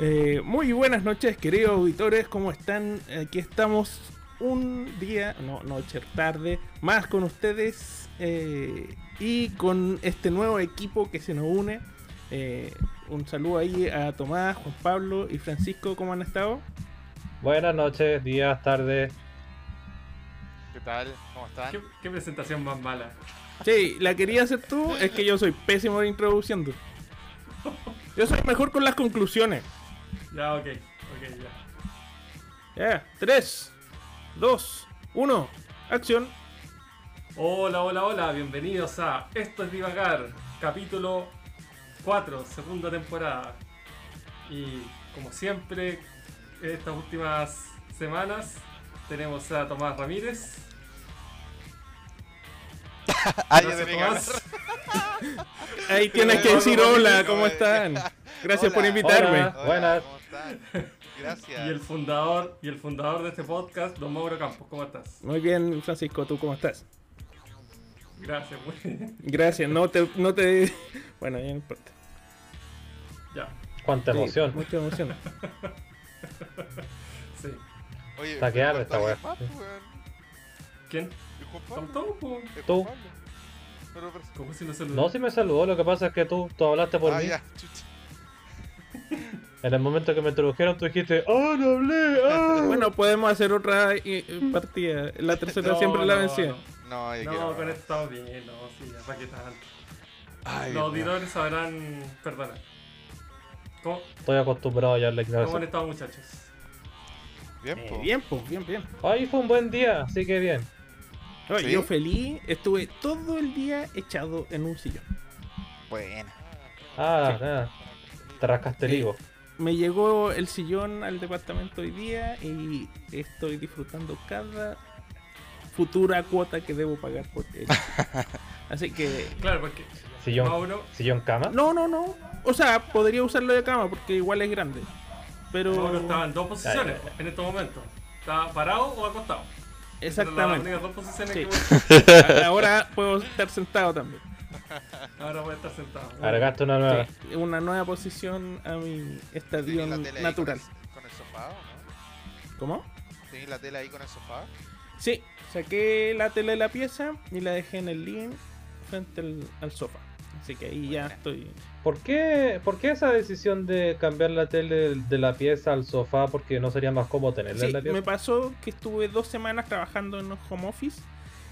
Eh, muy buenas noches, queridos auditores, ¿cómo están? Aquí estamos un día, no, noche, tarde, más con ustedes eh, y con este nuevo equipo que se nos une. Eh, un saludo ahí a Tomás, Juan Pablo y Francisco, ¿cómo han estado? Buenas noches, días, tardes. ¿Qué tal? ¿Cómo están? ¿Qué, qué presentación más mala? Sí, la quería hacer tú, es que yo soy pésimo introduciendo. Yo soy mejor con las conclusiones. Ya, ok, ok, ya. Ya, 3, 2, 1, acción. Hola, hola, hola, bienvenidos a Esto es Divagar, capítulo 4, segunda temporada. Y como siempre, en estas últimas semanas tenemos a Tomás Ramírez. Ah, ya Gracias, tenía que hablar. Ahí tienes que decir hola, ¿cómo están? Gracias por Hola. invitarme. Hola. Buenas. ¿Cómo están? Gracias. Y el fundador, y el fundador de este podcast, Don Mauro Campos, ¿cómo estás? Muy bien, Francisco, ¿tú cómo estás? Gracias, güey. Gracias, no te, no te... Bueno, ya no importa. Ya, Cuánta Sí, emoción. Mucha emoción. sí. Oye, Está que arde falta esta alguien weá. más, weón. ¿Quién? ¿Y Juan ¿Tom Pablo? Tom? po. ¿Y Juan Tú. Pablo? Pero, pero- ¿Cómo si no se No, si me saludó, lo que pasa es que tú, tú hablaste por Ah, mí. ya, chucha. En el momento que me introdujeron, tú dijiste, ¡Oh, no hablé! ah". Bueno, podemos hacer otra eh, eh, partida. La tercera siempre la vencía. No, yo No, quiero- con este- esto estamos bien, no, sí, ya, ¿para qué tanto? Ay, Los Dios mío. auditores sabrán, perdona. ¿Cómo, Estoy acostumbrado ya a la cómo han ignorancia. estado muchachos? Bien, po. bien, pues, bien, bien. Hoy fue un buen día, así que bien. Oye, ¿Sí? Yo feliz, estuve todo el día echado en un sillón. Buena. Ah, ah. Te rascaste el Sí. higo. Me llegó el sillón al departamento hoy día y estoy disfrutando cada futura cuota que debo pagar por él. Así que... Claro, porque Sillón, Mauro, sillón cama. No, no, no. O sea, podría usarlo de cama porque igual es grande. Pero... Mauro estaba en dos posiciones en estos momentos. ¿Estaba parado o acostado? Eran las Exactamente. únicas dos posiciones Sí. que voy- Ahora puedo estar sentado también. Ahora voy a estar sentado. Agregaste una nueva. Sí, una nueva posición a mi estadio ¿Tenís la tele ahí natural. Con el, con el sofá, ¿o ¿Cómo? ¿no? ¿Tenís la tela ahí con el sofá? Sí, saqué la tele de la pieza y la dejé en el living frente al, al sofá. Así que ahí ya Buena. estoy. ¿Por qué, ¿Por qué esa decisión de cambiar la tele de la pieza al sofá? Porque no sería más cómodo tenerla Sí, en la me pieza. pasó que estuve dos semanas trabajando en un home office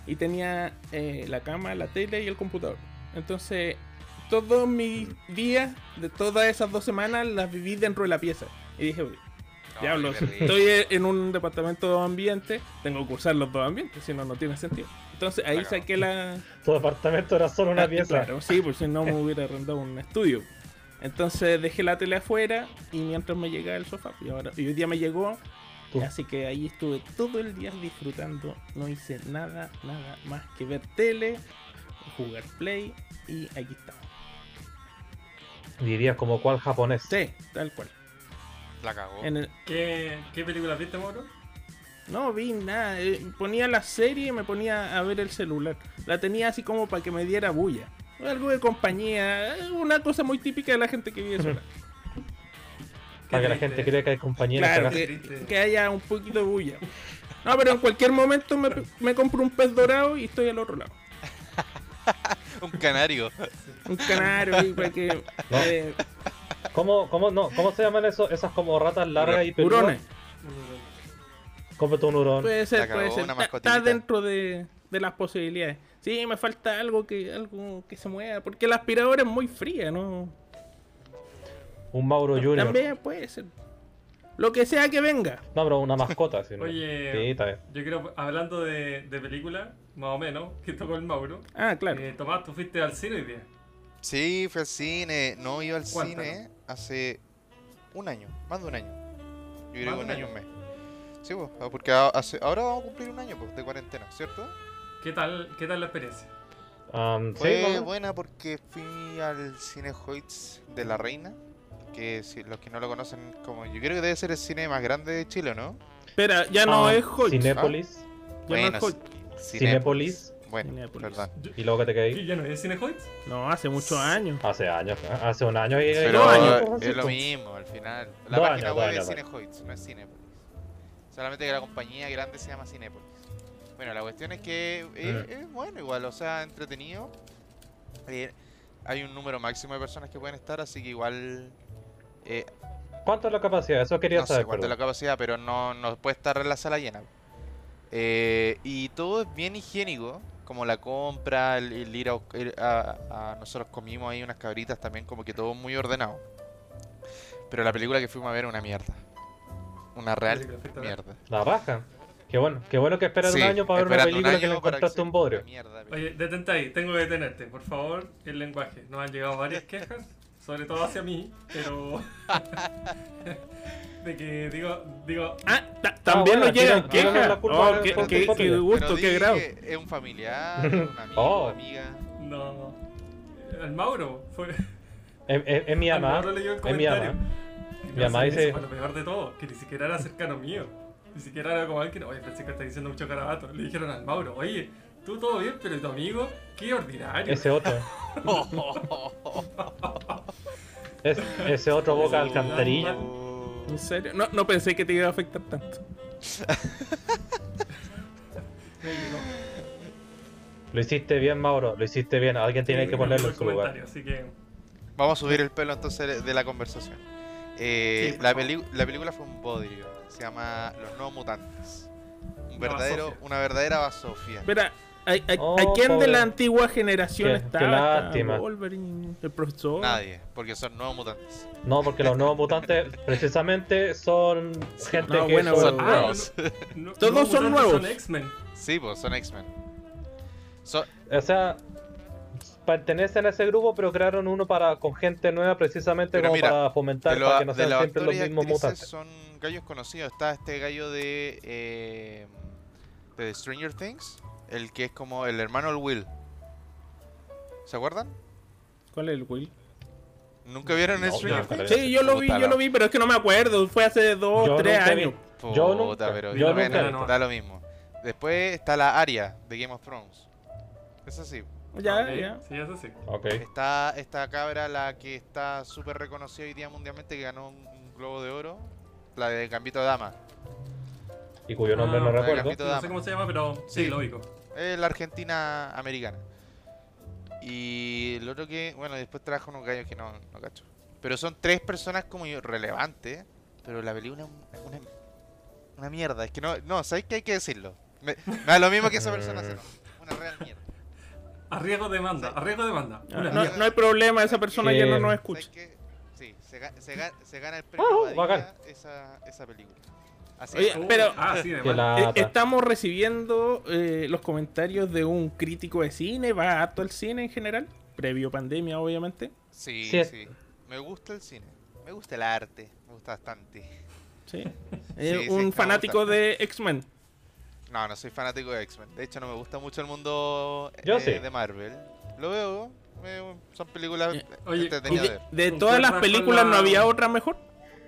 y tenía eh, la cama, la tele y el computador. Entonces, todos mis días de todas esas dos semanas las viví dentro de la pieza. Y dije, "Uy, No, Diablo, qué terrible. estoy en un departamento de dos ambientes, tengo que usar los dos ambientes, si no, no tiene sentido. Entonces ahí Cagado. saqué la... Tu apartamento era solo una Ah, pieza. Claro, sí, por si no me hubiera arrendado un estudio. Entonces dejé la tele afuera y mientras me llegaba el sofá, y, ahora, y hoy día me llegó, Tú. así que ahí estuve todo el día disfrutando, no hice nada, nada más que ver tele, jugar play y aquí estamos. Dirías como cuál japonés. Sí, tal cual. La cagó. En el- ¿Qué, ¿Qué película viste, Mauro? No vi nada, eh, ponía la serie y me ponía a ver el celular. La tenía así como para que me diera bulla. Algo de compañía, eh, una cosa muy típica de la gente que vive sola. Para que la triste. gente crea que hay compañía en este, Claro, esta casa. que, que haya un poquito de bulla. No, pero en cualquier momento me, me compro un pez dorado y estoy al otro lado. Un canario. Un canario ahí para que... No. eh, ¿Cómo, cómo, no, ¿Cómo se llaman eso, esas como ratas largas y peludas? hurones. Cómprate un hurón. Puede La ser, cagó, puede ser. una Está, mascotita. está dentro de, de las posibilidades. Sí, me falta algo que algo que se mueva. Porque la aspiradora es muy fría, ¿no? Un Mauro Junior. También puede ser. Lo que sea que venga. No, pero una mascota. si no. Oye. Sí, está bien. Yo creo, hablando de, de película, más o menos, que tocó el Mauro. Ah, claro. eh, Tomás, tú fuiste al cine hoy día. Sí, fui al cine. No iba al Cuéntanos. cine hace un año, más de un año. Yo creo Más que de un un año y un mes. Sí, pues, ah, porque a- hace- ahora vamos a cumplir un año pues, de cuarentena, ¿cierto? ¿Qué tal, qué tal la experiencia? Am, Um, sí, Fue vamos. buena porque fui al cine Hoyts de la Reina. Que si los que no lo conocen, como yo creo que debe ser el cine más grande de Chile, ¿no? Espera, ya no Ah, es Ah. Hoyt. Cinépolis. Ya no es Bueno, Hoyt. Cinépolis. Cinépolis. Bueno, Cinépolis. perdón. Y luego que te ¿Y caí. ya no es Cinehoid? No, hace muchos años. Hace años, ¿eh? hace un año y Pero años, es lo mismo al final. La Dos página años, dos web es años, Cinehoids, no es Cinepolis. Solamente que la compañía grande se llama Cinepolis. Bueno, la cuestión es que es, Mm. es bueno igual, o sea, entretenido. Eh, hay un número máximo de personas que pueden estar, así que igual... eh, ¿Cuánto es la capacidad? Eso quería no sé saber. cuánto es la perdón. capacidad, pero no, no puede estar la sala llena. Eh, y todo es bien higiénico, como la compra, el, el ir, a, bus- ir a- a- Nosotros comimos ahí unas cabritas también, como que todo muy ordenado. Pero la película que fuimos a ver es una mierda. Una real mierda. La baja. Qué bueno, qué bueno que esperas Sí, un año para ver una esperando un película que año le para encontraste sea un bodrio. una mierda de película. Oye, detente ahí, tengo que detenerte, por favor, el lenguaje. Nos han llegado varias quejas, sobre todo hacia mí, pero. de que digo, digo, Ah, ta- también bueno, nos llegan tiran- tiran quejas. la culpa Oh, al qué, podcast qué- del qué podcast. Pero gusto, di qué grado. que Es un familiar, un amigo, Oh. amiga. no. El Mauro fue. Es, es- es mi al mamá. Mauro leyó el Es mi comentario. mamá. Y Mi mamá eso- eso dice- fue lo peor de todo, que ni siquiera era cercano mío. Ni siquiera era como alguien. Oye, Francisco está diciendo mucho carabato. Le dijeron al Mauro, oye, tú todo bien, pero tu amigo, qué ordinario. ¿eh? Ese otro. Es- ese otro boca de alcantarilla. En serio, no, no pensé que te iba a afectar tanto. Me llegó. Lo hiciste bien, Mauro. Lo hiciste bien. Alguien tiene que Me ponerlo llegó en el su lugar. comentario, Así que. Vamos a subir el pelo entonces de la conversación. Eh, Sí, por la, favor. peli- la película fue un bodrio. Se llama Los No Mutantes. Un Una verdadero, basofia. una verdadera basofia. Espera, ¿a, a- Oh, a quién de pobre. la antigua generación Qué- está? qué Está lástima. Wolverine, el profesor. Nadie, porque son nuevos mutantes. No, porque los nuevos mutantes precisamente son gente No, que Ah, bueno, son- Son bueno. nuevos. ah, no- Todos son no, mutantes nuevos. Son X-Men. sí, pues son X-Men. Son- O sea, pertenecen a ese grupo, pero crearon uno para con gente nueva precisamente Pero como mira, para fomentar de los, para que no de sean los siempre los actores y mismos actrices mutantes. son gallos conocidos. Está este gallo de, eh, de Stranger Things, el que es como el hermano del Will. ¿Se acuerdan? ¿Cuál es el Will? ¿Nunca vieron No, Stranger nunca Things? la vi. Sí, yo lo vi, Puta yo la- lo vi, pero es que no me acuerdo. Fue hace dos, Yo tres nunca vi. años. Yo Puta, nunca- pero yo bueno, nunca vi. da lo mismo. Después está la Aria de Game of Thrones. Es así. Pues Ya, Ah, Ok, ya. Sí, eso sí. Ok. Está esta cabra, la que está súper reconocida hoy día mundialmente, que ganó un, un globo de oro. La de Gambito de Dama. Y cuyo nombre Ah, no ok. recuerdo. Capito No Dama. sé cómo se llama, pero sí, Sí. lo ubico. Es la Argentina americana. Y el otro que, bueno, después trajo unos gallos que no, no cacho. Pero son tres personas como yo- relevantes, pero la película es un- es una, una mierda. Es que no, no, ¿sabes qué hay que decirlo? Me, me da lo mismo que esa persona hace. Una real mierda. Arriesgo demanda, Sí. arriesgo demanda. Ah, Una No, mierda. no hay problema, esa persona ya no nos ¿Sabes escucha. qué? Sí, se, ga- se ga- se gana el premio Ujú, Badía bacán. esa, esa película. Así Oye, es. Uh, pero- Ah, sí, de Que mal. la- Eh, estamos recibiendo eh, los comentarios de un crítico de cine, va harto al cine en general, previo pandemia obviamente. Sí, sí. sí. Me gusta el cine. Me gusta el arte. Me gusta bastante. ¿sí? sí, Eh, es que un me fanático gusta. de X-Men. No, no soy fanático de X-Men. De hecho, no me gusta mucho el mundo Yo eh, sí. de Marvel. Lo veo. me- son películas Eh, oye, Y entretenidas de de, ver. de Con todas Kurt las Russell películas no la- había otra mejor.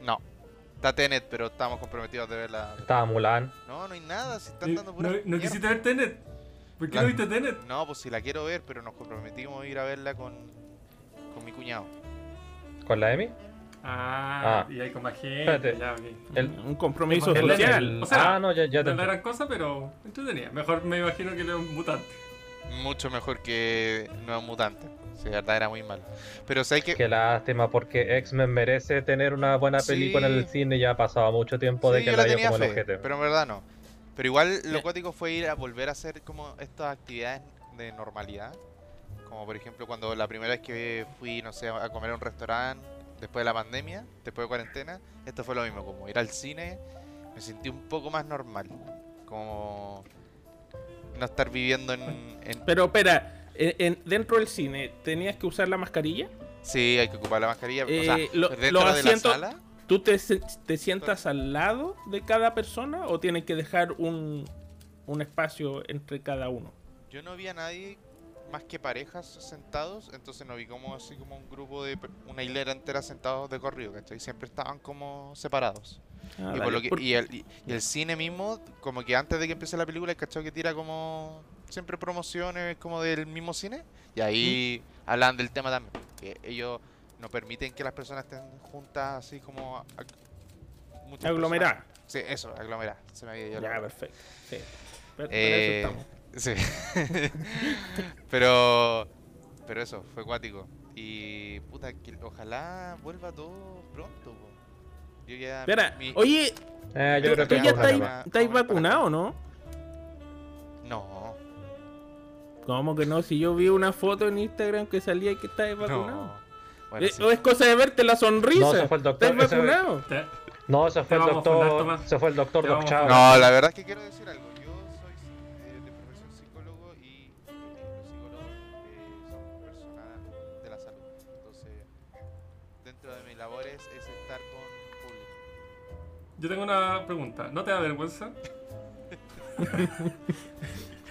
No. Está Tenet, pero estamos comprometidos de verla. Estaba Mulan. No, no hay nada. Si están No, dando pura no- no mierda. quisiste ver Tenet. ¿Por qué Ah. La- no viste Tenet? No, pues si la quiero ver, pero nos comprometimos a ir a verla con, con mi cuñado. ¿Con la Emi? Ah. Ah, y hay con más gente. Espérate. ya, ok. El- Un compromiso El- el- social. el- o sea, ah, no, ya, ya no te es la gran cosa, pero entretenida. Mejor me imagino que era un mutante. Mucho mejor que Nuevo Mutante. Si de verdad era muy malo. Pero sé que. Qué lástima, porque X-Men merece tener una buena Sí. película en el cine. Ya ha pasado mucho tiempo de Sí, que yo la la haya tenía como el fe, ojete. pero en verdad no. Pero igual lo Ya. cuático fue ir a volver a hacer como estas actividades de normalidad. Como por ejemplo cuando la primera vez que fui, no sé, a comer a un restaurante después de la pandemia, después de cuarentena, esto fue lo mismo, como ir al cine, me sentí un poco más normal. Como no estar viviendo en... en- Pero espera, en- en- dentro del cine, ¿tenías que usar la mascarilla? Sí, hay que ocupar la mascarilla. o sea, Eh, lo- dentro los de la asientos- sala... ¿Tú te, se- te sientas al lado de cada persona o tienes que dejar un, un espacio entre cada uno? Yo no vi a nadie más que parejas sentados, entonces no vi como así como un grupo de per- una hilera entera sentados de corrido, ¿cachai? Siempre estaban como separados. Ah, y, por dale, lo que- por- y el, y- y el cine mismo, como que antes de que empiece la película, el cacho que tira como siempre promociones como del mismo cine. Y ahí hablan del tema también. Que ellos no permiten que las personas estén juntas así como... ag- muchas Aglomerar. personas. Sí, eso, aglomerar. Se me había ido Ya, la palabra. perfecto. Sí. Per- para Eh, eso estamos. sí. pero. Pero eso, fue cuático. Y. Puta, que ojalá vuelva todo pronto, po. Yo ya. Espera, mi- oye, Eh, yo Pero ¿tú creo que ya ya vamos a estáis- acabar. estáis- acabar. estáis Vamos a acabar. vacunado, no? No. ¿Cómo que no? Si yo vi una foto en Instagram que salía que estáis vacunado. No. Bueno, Eh, sí. ¿O es cosa de verte la No, sonrisa? se fue el doctor, ¿Estás ese- vacunado? Te- No, se Te fue el vamos a fundar, doctor. Tomás. Se fue el doctor Te Doc vamos a Chávez. No, la verdad es que quiero decir algo. Yo soy eh, de profesión psicólogo y eh, los psicólogos eh, son personas de la salud. Entonces, dentro de mis labores es estar con público. Yo tengo una pregunta. ¿No te da vergüenza?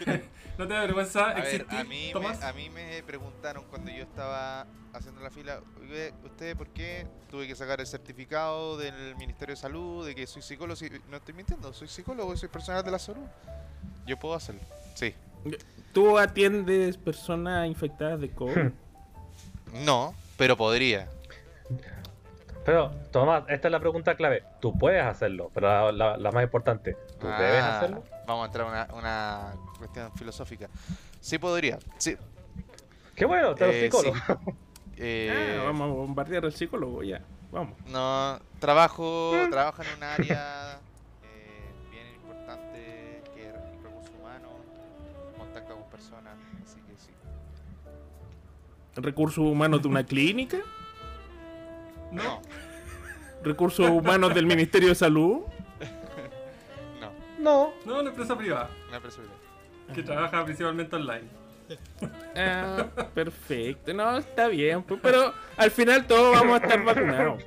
¿No te da vergüenza A ver, existir, a mí, me, Tomás? a mí me preguntaron cuando yo estaba haciendo la fila, "Oye, ¿usted por qué tuve que sacar el certificado del Ministerio de Salud de que soy psicólogo? Sí, no estoy mintiendo, soy psicólogo, soy personal de la salud. Yo puedo hacerlo. Sí. ¿Tú atiendes personas infectadas de COVID? No, pero podría. Pero, Tomás, esta es la pregunta clave. Tú puedes hacerlo, pero la, la- la más importante, ¿tú debes Ah, hacerlo? Vamos a entrar a una, una cuestión filosófica. Sí podría. Sí. Qué bueno, te lo eh, psicólogo. sí. Eh, Ah, vamos a bombardear al psicólogo ya. Vamos. No, trabajo, Mm. trabajo en un área eh, bien importante que es el recurso humano, contacto con personas, así que sí. ¿Recursos humanos de una clínica? No. ¿Recursos humanos del Ministerio de Salud? no, No. No, una empresa privada no percibí. que trabaja principalmente online. Ah, perfecto. No, está bien. pues, Pero al final todos vamos a estar vacunados.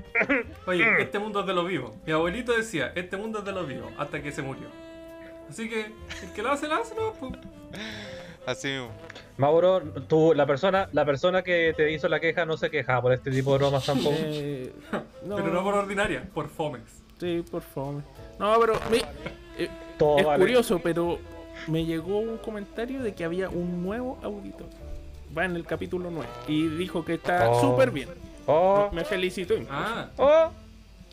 Oye, este mundo es de los vivos. Mi abuelito decía, este mundo es de los vivos, hasta que se murió. Así que, el que la hace, la hace, no, pues. Así mismo. Mauro, tú, la persona, la persona que te hizo la queja no se quejaba por este tipo de bromas tampoco. Eh, no, Pero no por ordinaria, por Fomex. Sí, por favor. No, pero me- eh, Todo es Oh, vale. curioso, pero me llegó un comentario de que había un nuevo auditor. Va en el capítulo 9 y dijo que está Oh. súper bien. Oh, Me felicito. incluso. Ah, oh.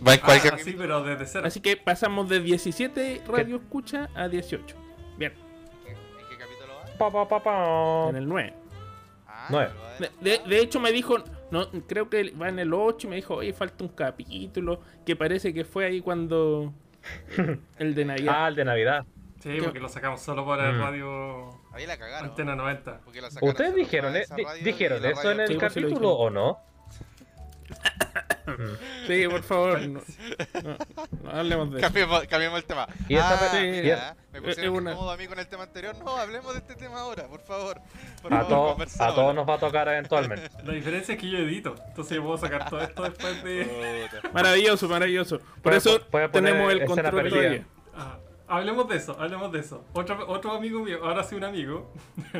Va en ah cualquier sí, pero desde cero. Así que pasamos de 17 radio escucha a 18. Bien, ¿En qué capítulo va? Pa, pa, pa, pa. en el 9. Ah, Nueve. pero va en- De, de- de hecho me dijo, no, creo que va en el 8 y me dijo, oye, falta un capítulo que parece que fue ahí cuando el de Navidad. Ah, el de Navidad. Sí, porque lo sacamos solo para Mm. radio Ahí la cagaron. Antena 90. Porque la sacaron ¿Ustedes solo dijeron, para eh, esa di- radio y dijeron la eso radio en el Sí, pues, sí lo capítulo o no? Sí, por favor, no, no- no hablemos de eso. Cambiemos, cambiemos el tema. Y esa ah, pe- mira, y es- me es pusieron una- incómodo a mí con el tema anterior. No, hablemos de este tema ahora, por favor. Por A, favor, todos- a conversamos. todos nos va a tocar eventualmente. La diferencia es que yo edito, entonces yo puedo sacar todo esto después de... Puta. Maravilloso, maravilloso. Por Puede eso po- puede poner tenemos el escena control perdida. todavía. Ah, hablemos de eso, hablemos de eso. Otro, otro amigo mío, ahora sí un amigo,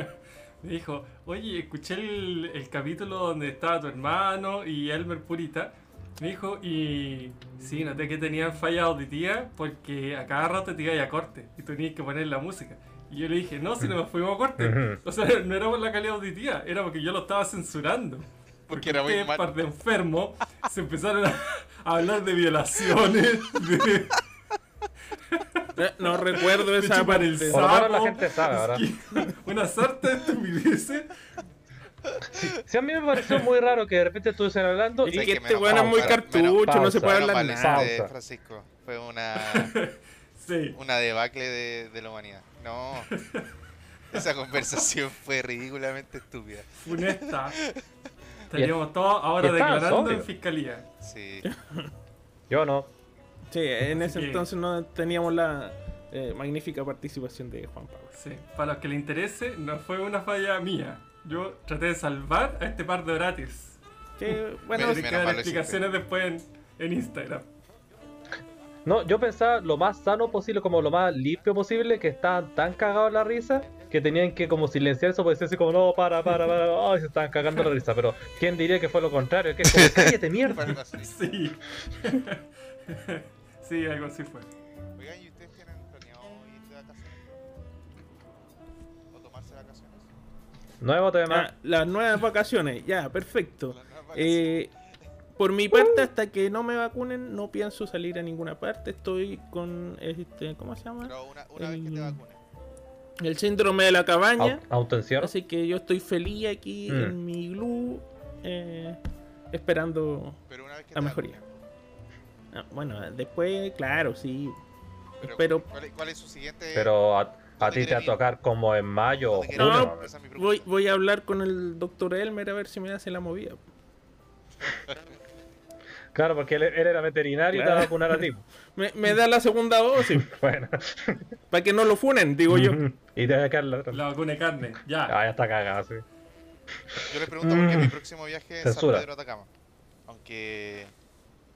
me dijo, oye, escuché el, el capítulo donde estaba tu hermano y Elmer Purita. Me dijo, y sí, noté que tenían falla auditiva porque a cada rato te ibas a corte y tenías que poner la música. Y yo le dije, no, si no nos fuimos a corte. Ujú. O sea, no era por la calidad auditiva, era porque yo lo estaba censurando. Porque era muy Ustedes, mal. par de enfermos, se empezaron a, a hablar de violaciones, de, Eh, No recuerdo Me esa chupan parte. el Por lo menos sapo, la gente sabe ahora. esqui- Una sarta de estupideces. Si a mí me pareció muy raro que de repente estuviesen hablando Y Sí, y que que este menos weón es muy pausa, cartucho, menos no se pausa, puede Menos hablar mal nada. pausa. este, Francisco. Fue una. Sí. una debacle de, de la humanidad. No. Esa conversación fue ridículamente estúpida. Funesta. Estaríamos todos ahora y estaba declarando sobrio. en fiscalía. Sí. yo no. Sí, en ese que- entonces no teníamos la eh, magnífica participación de Juan Pablo. Sí. Para los que le interese, no fue una falla mía. Yo traté de salvar a este par de gratis. Que, bueno, Bueno, Menos de que mal dar lo hiciste. explicaciones después en, en Instagram. No, yo pensaba lo más sano posible, como lo más limpio posible, que estaban tan cagados la risa que tenían que como silenciar eso, pues decir así como no, para, para, para, ay, se estaban cagando la risa, pero ¿quién diría que fue lo contrario? Que es como, cállate mierda. Algo así. Sí. sí, algo así fue. Oigan, ¿y ustedes tienen planeado ir de vacaciones? ¿O tomar tomarse vacaciones. Nuevo tema. Ah, las nuevas vacaciones, ya, perfecto. Las nuevas Eh, por mi parte, hasta que no me vacunen, no pienso salir a ninguna parte. Estoy con este, ¿cómo se llama? Pero una, una vez que te el- vacunes. El síndrome de la cabaña. Au- Autoencierro. Así que yo estoy feliz aquí Mm. en mi glú, eh, esperando. Pero una vez que La te mejoría. vacunes. Ah, Bueno, después, claro, sí. Pero, Espero- ¿cuál, es- cuál es su siguiente? Pero a, a ti te va quieres a ir? tocar como en mayo o ¿Dónde quieres junio. ir? No, man. Esa es mi pregunta. Voy, voy a hablar con el doctor Elmer a ver si me hace la movida. Claro, porque él, él era veterinario y te va a vacunar a ti. Me, me da la segunda dosis Bueno. para que no lo funen, digo yo. Y te va a quedar la otra. La vacuna de carne, ya. Ah, ya está cagada, sí. Yo les pregunto porque Mm. mi próximo viaje es San Censura. Pedro Atacama. Aunque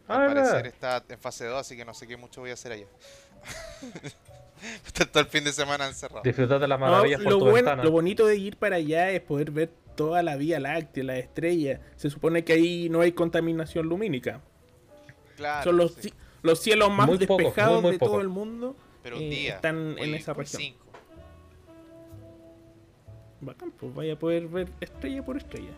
Ah, al parecer verdad. está en fase 2, así que no sé qué mucho voy a hacer allá. Estar todo el fin de semana encerrado. Disfrutar de las No, maravillas por Ah, lo, tu bueno- ventana. lo bonito de ir para allá es poder ver toda la Vía Láctea, las estrellas. Se supone que ahí no hay contaminación lumínica. Claro. Son los, sí. ci- los cielos más Muy poco, muy, despejados muy de poco. todo el mundo. Pero un eh, día. están en voy- esa voy región. cinco. Bacán, pues vaya a poder ver estrella por estrella.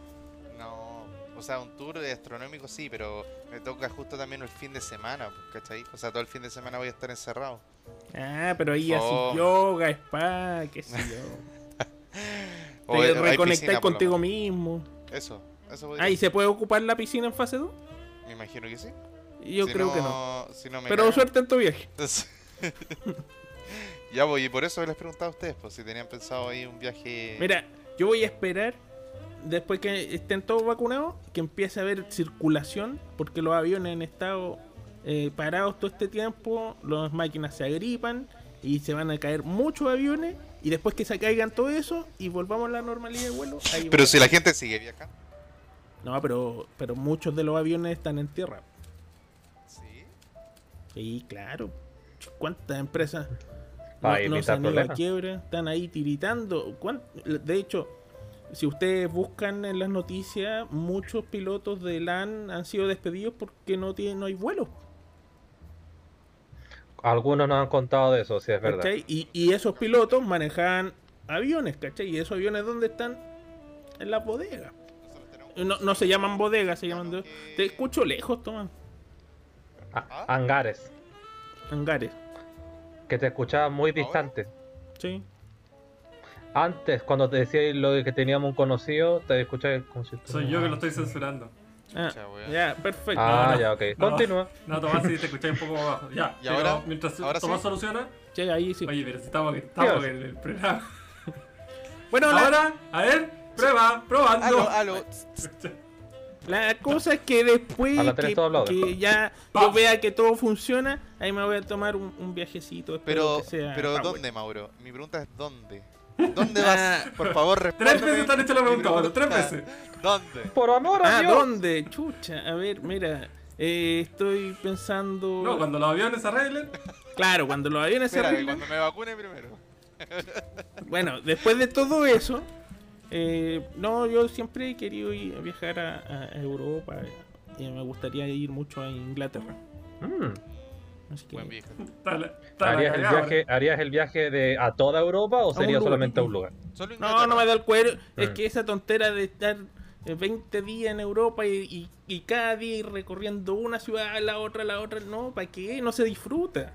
No. O sea, un tour astronómico sí, pero me toca justo también el fin de semana, pues, ¿cachai? O sea, todo el fin de semana voy a estar encerrado. Ah, pero ahí Oh. así yoga, spa, qué sé yo. O Te hay- hay piscina, reconectáis por lo contigo mismo. menos. Eso, eso podría Ah, ¿y ser. se puede ocupar la piscina en fase 2? Me imagino que sí. Yo Si creo que no. Si no me Pero cago. suerte en tu viaje. Entonces- ya voy, y por eso les preguntaba a ustedes, pues si tenían pensado ahí un viaje. Mira, yo voy a esperar después que estén todos vacunados, que empiece a haber circulación, porque los aviones han estado eh, parados todo este tiempo, las máquinas se agripan y se van a caer muchos aviones. Y después que se caigan todo eso y volvamos a la normalidad de vuelo, ahí Pero voy. si la gente sigue viajando. No, pero, pero muchos de los aviones están en tierra. Sí. Sí, claro. Ch, ¿Cuántas empresas no, Para no se evitar han ido a problemas. quiebra? Están ahí tiritando. ¿Cuán- De hecho, si ustedes buscan en las noticias, muchos pilotos de LAN han sido despedidos porque no, tienen, no hay vuelos. Algunos nos han contado de eso, sí, es verdad. ¿cachai? Y, y esos pilotos manejaban aviones, ¿cachai? ¿Y esos aviones dónde están? En las bodegas. Nosotros tenemos- No, no se llaman bodegas, se llaman... Claro de- que- Te escucho lejos, Tomás. Ah, ¿Ah? Hangares, Hangares, que te escuchaban muy ¿Ahora? distante. ¿sí? Antes, cuando te decía lo de que teníamos un conocido, te escuchaba como si Soy yo que lo estoy censurando. Ah, Chucha, weón. ya, perfecto. Ah, No, no. ya, ok. No, Continúa. No, Tomás, si te escucháis un poco más bajo. Ya. ¿Y pero ahora? Mientras ¿Ahora Tomás sí? soluciona. Sí, ahí sí. Oye, pero si estamos, estamos Dios. en el programa. Bueno, la- Ahora, a ver, prueba, probando. Aló, aló. La cosa es que después A la tres que, todo aplaude. pues. que ya Pa. yo vea que todo funciona, ahí me voy a tomar un, un viajecito. espero Pero, que sea pero Power. ¿dónde, Mauro? Mi pregunta es ¿dónde? ¿Dónde vas? Por favor, respóndeme. Ah. Tres veces te han hecho la Mi pregunta, Mauro, tres pregunta, ¿Dónde? Por amor a Ah, Dios. ¿dónde? Chucha, a ver, mira, eh, estoy pensando... No, cuando los aviones se arreglen. Claro, cuando los aviones se Espérame, arreglan. cuando me vacune primero. Bueno, después de todo eso, eh, no, yo siempre he querido ir a viajar a, a Europa y me gustaría ir mucho a Inglaterra. Mm. Así que- Buen viejo. Está la- está la ¿Harías, el cagada, ¿eh? viaje, ¿Harías el viaje de a toda Europa o un sería lugar. solamente a un lugar? Solo No, no me da el cuero. Es Mm. que esa tontera de estar eh, 20 días en Europa y, y- y cada día ir recorriendo una ciudad, la otra, la otra, no, ¿para qué? No se disfruta.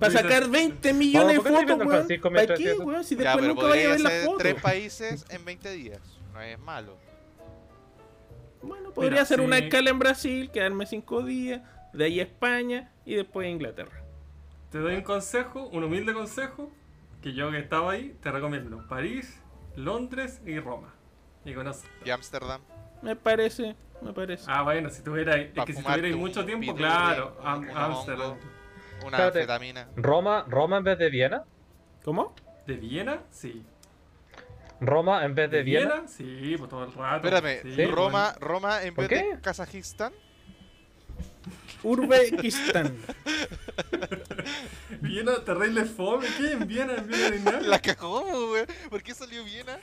Para Dices- sacar 20 millones de ¿por qué estoy fotos, viendo al weón. Francisco ¿Para mientras qué, haces eso? weón? Si Ya, después pero nunca vaya a podría ver las hacer fotos. tres países en 20 días. No es malo. Bueno, podría Mira, hacer sí. una escala en Brasil, quedarme 5 días, de ahí a España y después a Inglaterra. Te doy un consejo, un humilde consejo, que yo que estaba ahí, te recomiendo París, Londres y Roma. Y conoces. Y Ámsterdam. Me parece, me parece. Ah, bueno, si tuviera, es Pa' que si fumarte tuviera un mucho tiempo, pito, claro, un- Am- un Ámsterdam. hongo. Una Espérate. anfetamina. Roma, Roma en vez de Viena. ¿Cómo? ¿De Viena? Sí. Roma en vez de, ¿De Viena. Viena? Sí, por todo el rato. Espérame, Sí, pues, Roma, Roma en ¿Por vez de qué? Kazajistán. Uzbekistán. bueno. Viena, terrible fome. ¿Qué? ¿En Viena? ¿En Viena? ¿En Viena? La cagó, güey. ¿Por qué salió Viena?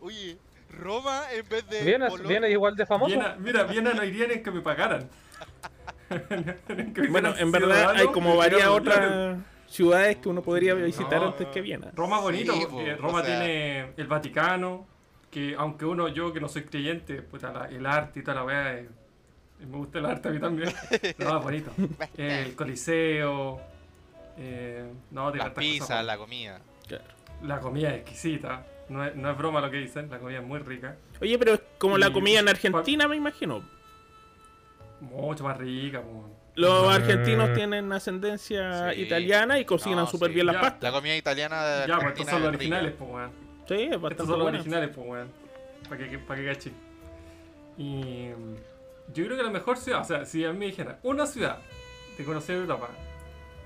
Oye, Roma en vez de. Viena, Polonia. Viena es igual de famoso. Viena- mira, Viena no iría ni en que me pagaran. Bueno, en verdad hay como varias otras ciudades que uno podría visitar No, antes que Viena. Roma es bonito, Sí, porque po, Roma o sea- tiene el Vaticano, que aunque uno, yo que no soy creyente, puta, la- el arte y toda la weá, eh, me gusta el arte a mí también, no, es bonito. El Coliseo, eh, no, tiene Las hartas cosas pizzas, buenas. la comida. Claro. La comida es exquisita, no es, no es broma lo que dicen, la comida es muy rica, Oye, pero es como Y- la comida en Argentina, me imagino. mucho más rica. po. Los Mm. argentinos tienen ascendencia Sí. italiana y cocinan No, súper sí. bien las Ya. pastas. La comida italiana de Ya, pues Argentina estos son los es rica. originales, pues weón. Sí, es bastante Estos son los buena. originales, pues, weón. Para que, pa' que cachen. Y. mm, Yo creo que la mejor ciudad, o sea, si a mí me dijeran una ciudad de conocer Europa,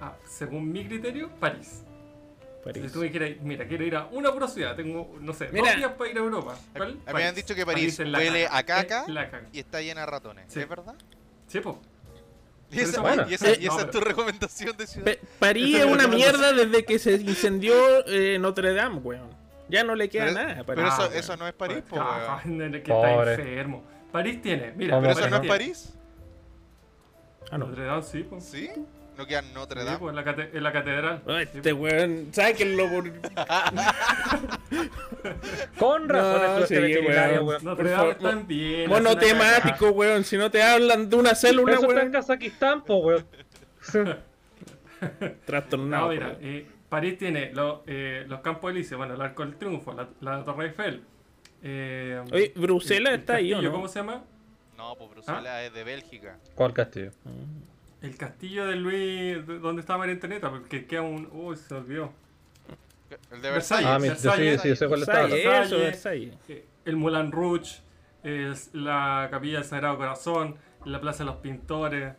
ah, según mi criterio, París. París. Si tú me dijeras, mira, quiero ir a una pura ciudad, tengo, no sé, Mira. dos días para ir a Europa. ¿Cuál? A- a mí me han dicho que París es la huele caga, a caca. es la caga. Y está llena de ratones. Sí. ¿Es verdad? Sí, pues. Y Pero esa, está buena. y esa- y No, esa es pero- tu recomendación de ciudad. Pa- París es una mierda desde que se incendió eh, Notre Dame, weón. Ya no le queda Pero- nada. a París. Pero eso, bueno. eso no es París, po, Ah, weón. que está Pobre. enfermo. París tiene, mira, Pobre, Pero eso no es tiene. París. Ah, no. Notre Dame, sí, pues. ¿Sí? No queda en Notre Sí, Dame. pues, en la, cate- en la catedral. Ah, Este weón, sáquenlo por. Con razón No, estudiaste sí, veterinaria, weón. weón. Notre Por Dame favor, están bien. hacen la Monotemático, weón. Si no te hablan de una célula, Eso está en weón. Kazajistán, po, weón. Trastornado. No, mira, weón. eh, París tiene lo- eh, los Campos Elíseos, bueno, el Arco del Triunfo, la, la Torre Eiffel. eh, Oye, Bruselas el- el está ahí, ¿o castillo, no? ¿Cómo se llama? No, pues ¿Ah? Bruselas es de Bélgica. ¿Cuál castillo? El castillo de Luis, de- donde está María Antonieta, porque queda un. Uy, se olvidó. El de Versalles. Versalles. Ah, mi, yo sí, sí, yo sé cuál estaba. Versalles, Versalles. eso, Versalles. Eh, el Moulin Rouge, es la Capilla del Sagrado Corazón, la Plaza de los Pintores,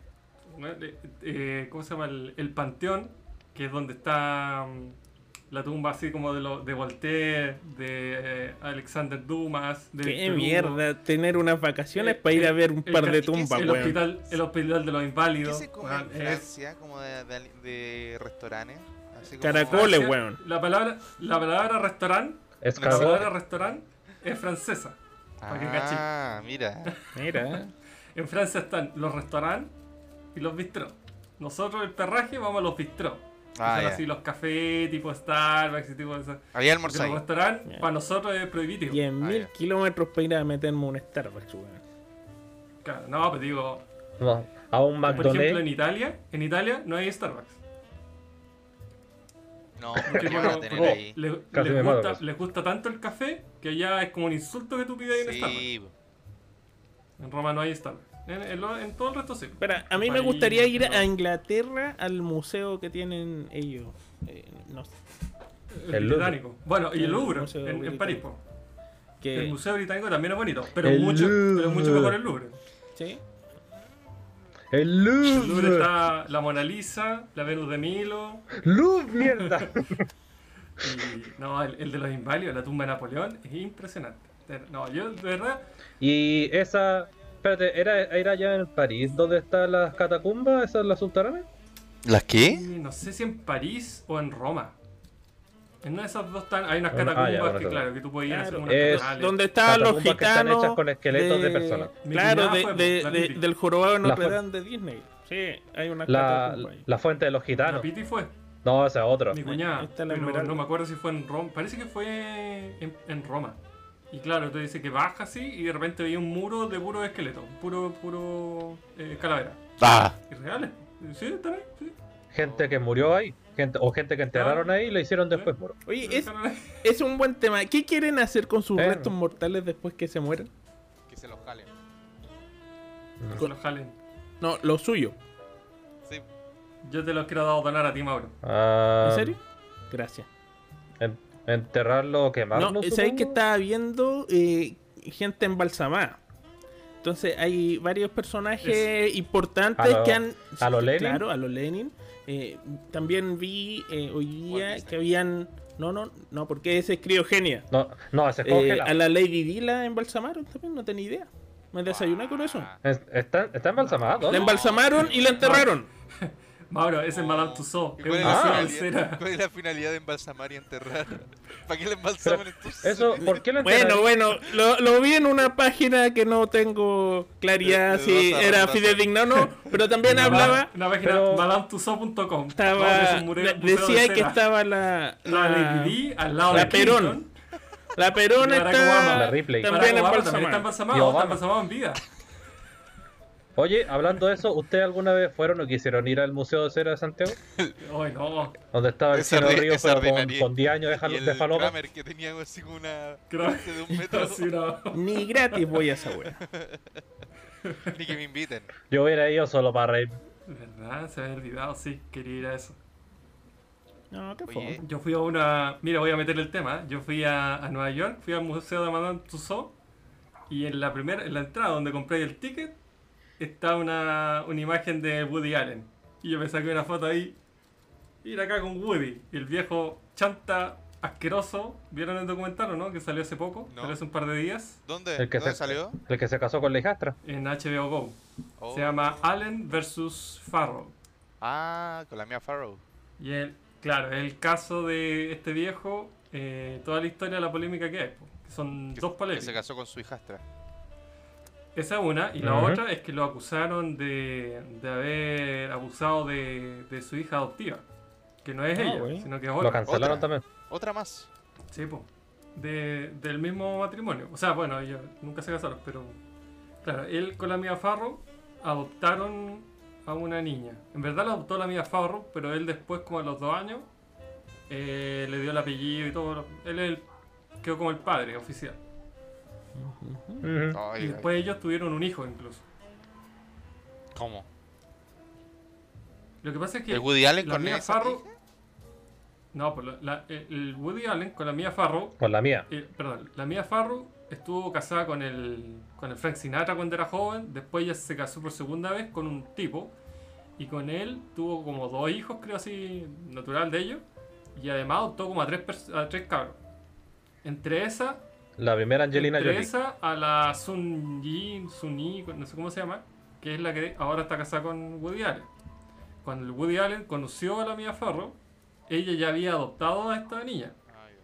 ¿no? Eh, eh, ¿cómo se llama? El, el Panteón, que es donde está mm, la tumba así como de, lo- de Voltaire, de eh, Alexander Dumas, de Qué Víctor Hugo. mierda tener unas vacaciones Eh, para ir a el- ver un el par ca- de ¿qué tumbas, El weón. hospital, el hospital de los ¿Qué inválidos. se come weón, en es- Francia? Como de, de- de restaurantes. Así como- Caracoles. Ole, weón. La palabra, la palabra restaurante, la Escargot. palabra restaurante es francesa. Para que cachen. Ah, mira. Mira. En Francia están los restaurantes y los bistros. Nosotros el perraje vamos a los bistros. que Ah, son ya. así los cafés tipo Starbucks y tipo esas. Había Porque almuerzo los ahí. restaurantes Ya. para nosotros es prohibitivo. 10.000 ya. kilómetros para ir a meterme un Starbucks, weón. Claro, no, pero digo, No, a un por ejemplo en McDonald's. Italia, en Italia no hay Starbucks. No, Porque ¿qué van a bueno, tener como ahí? Oh, le- Casi me les, mato, gusta, pues. les gusta tanto el café que allá es como un insulto que tú pidas en Starbucks. Sí, po. En Roma no hay Starbucks. En, en lo- en todo el resto sí. Pero a mí me París, gustaría ir no. a Inglaterra al museo que tienen ellos. Eh, no sé. El, El Louvre. británico. Bueno, y el El Louvre, Museo en- en, Británico. París. po. Que, El Museo Británico también es bonito, pero El mucho, pero Louvre. mucho mejor el Louvre. ¿sí? El El Louvre Louvre. está la Mona Lisa, la Venus de Milo, Louvre, mierda. y no, el, el de los inválidos, la tumba de Napoleón, es impresionante. De- No, yo de verdad, Y esa. Espérate, ¿era, ¿era allá en París donde están las catacumbas? ¿Esas las subterráneas? ¿Las qué? eh, no sé si en París o en Roma. En una de esas dos tan, hay unas Ah, ya, catacumbas bueno, que claro. claro, que tú podías ir a hacer Claro. unas Es catedrales. Donde estaban los catacumbas que están gitanos. hechas con esqueletos de personas. Mi Claro, cuñada de- fue, de- pues, la de- Pipi. del jorobado de La Notre fue- Dame de Disney. Sí, hay una La, la fuente de los La gitanos. Piti fue, No, esa es otra. mi cuñada, Está la pero Esmeralda. no me acuerdo si fue en Roma, parece que fue en, en Roma. Y claro, tú dices que baja así y de repente veía un muro de puro esqueleto, puro, puro eh, calavera. Ah. ¿Y reales? Sí, están ahí, sí. Gente que murió ahí. Gente, o gente Ah. que enterraron ahí y lo hicieron ¿Eh? después, moro. Oye, Pero es, están ahí. es un buen tema. ¿Qué quieren hacer con sus Claro. restos mortales después que se mueren? Que se los jalen. Se los jalen. No, lo suyo. Sí. Yo te los quiero dar- donar a ti, Mauro. Ah, ¿En serio? Gracias. en- enterrarlo o quemarlo. No, eh, sabéis que supongo? estaba viendo eh, gente embalsamada. Entonces hay varios personajes importantes A lo- que han. a lo Lenin. Claro, a los Lenin. Eh, también vi eh, hoy día Disney. que habían. No, no, no, porque ese es criogenia. No, no, se Eh, congela. a la Lady Di la embalsamaron también, no tenía idea. Me desayuné con eso. Ah. Es- Está, está embalsamado. La ¿no? embalsamaron y la enterraron. Mauro, ese es Oh. Madame Tussauds. ¿Y Es ¿Cuál es, una la Ah. finalidad, cera. cuál es la finalidad de embalsamar y enterrar? ¿Para qué le embalsaman entonces? Eso, ¿por qué lo Bueno, enterraron? bueno, lo, lo vi en una página que no tengo Eh, claridad De- de si dudosa era reputación. fidedigna o no, pero también Una hablaba, pa- Una página pero- madametussauds.com. Mauro es estaba, un mure- de- museo de decía que cera. estaba la, la, La Lady Di al lado la de Perón. Clinton. la Perón de Barack está Obama, la Ripley. también Barack Obama también embalsamada. Y está embalsamado, Obama. está embalsamado en vida. Oye, hablando de eso, ¿ustedes alguna vez fueron o quisieron ir al Museo de Cera de Santiago? Ay, no. Donde estaba el Esa Ciro ordi- Río esa pero con, ordinarie- con 10 años de, jalo- y el de falopa. Kramer que tenía así como una Creo parte de un metro. Así no. Ni gratis voy a esa wea. Ni que me inviten. Yo hubiera ido solo para reír. ¿Verdad? Se me había olvidado, sí, quería ir a eso. No, qué Oye, fue. Yo fui a una. Mira, voy a meter el tema. ¿eh? Yo fui a, a Nueva York, fui al Museo de Madame Tussauds y en la primera, en la entrada donde compré el ticket, está una, una imagen de Woody Allen. Y yo me saqué una foto ahí. Ir acá con Woody. Y el viejo chanta asqueroso. ¿Vieron el documental o no? Que salió hace poco, No. salió hace un par de días, ¿Dónde? El que, ¿Dónde se, salió? el que se casó con la hijastra. en HBO Go. Oh. Se llama Allen versus Farrow. Ah, con la mía Farrow. Y el, claro, es el caso de este viejo, eh, toda la historia de la polémica que hay. po. Son Que- dos Que polémicas. se casó con su hijastra. Esa es una, y la Ujú. otra es que lo acusaron de, de haber abusado de, de su hija adoptiva. Que no es Ah, ella, bueno. sino que es Lo otra. cancelaron otra. también. Otra más. Sí, po. De- del mismo matrimonio. O sea, bueno, ellos nunca se casaron, pero. Claro, él con la mía Farrow adoptaron a una niña. En verdad la adoptó la mía Farrow, pero él después, como a los dos años, eh, le dio el apellido y todo. Él es el- quedó como el padre oficial. Ujú. Ay, Y después ellos tuvieron un hijo incluso. ay, ¿Cómo? Lo que pasa es que. ¿El Woody Allen la con Mia esa Farrow. hija? No, pues la- la- el- el Woody Allen con la Mia Farrow. Con Pues la mía. eh, perdón, la Mia Farrow estuvo casada con el, con el Frank Sinatra cuando era joven. Después ella se casó por segunda vez con un tipo. Y con él tuvo como dos hijos, creo así, natural de ellos. Y además adoptó como a tres, pers- a tres cabros. Entre esa, La primera Angelina entre Jolie. esa a la Sun Yi, Sun Yi, no sé cómo se llama, que es la que ahora está casada con Woody Allen. Cuando el Woody Allen conoció a la Mia Farrow, ella ya había adoptado a esta niña. Ay,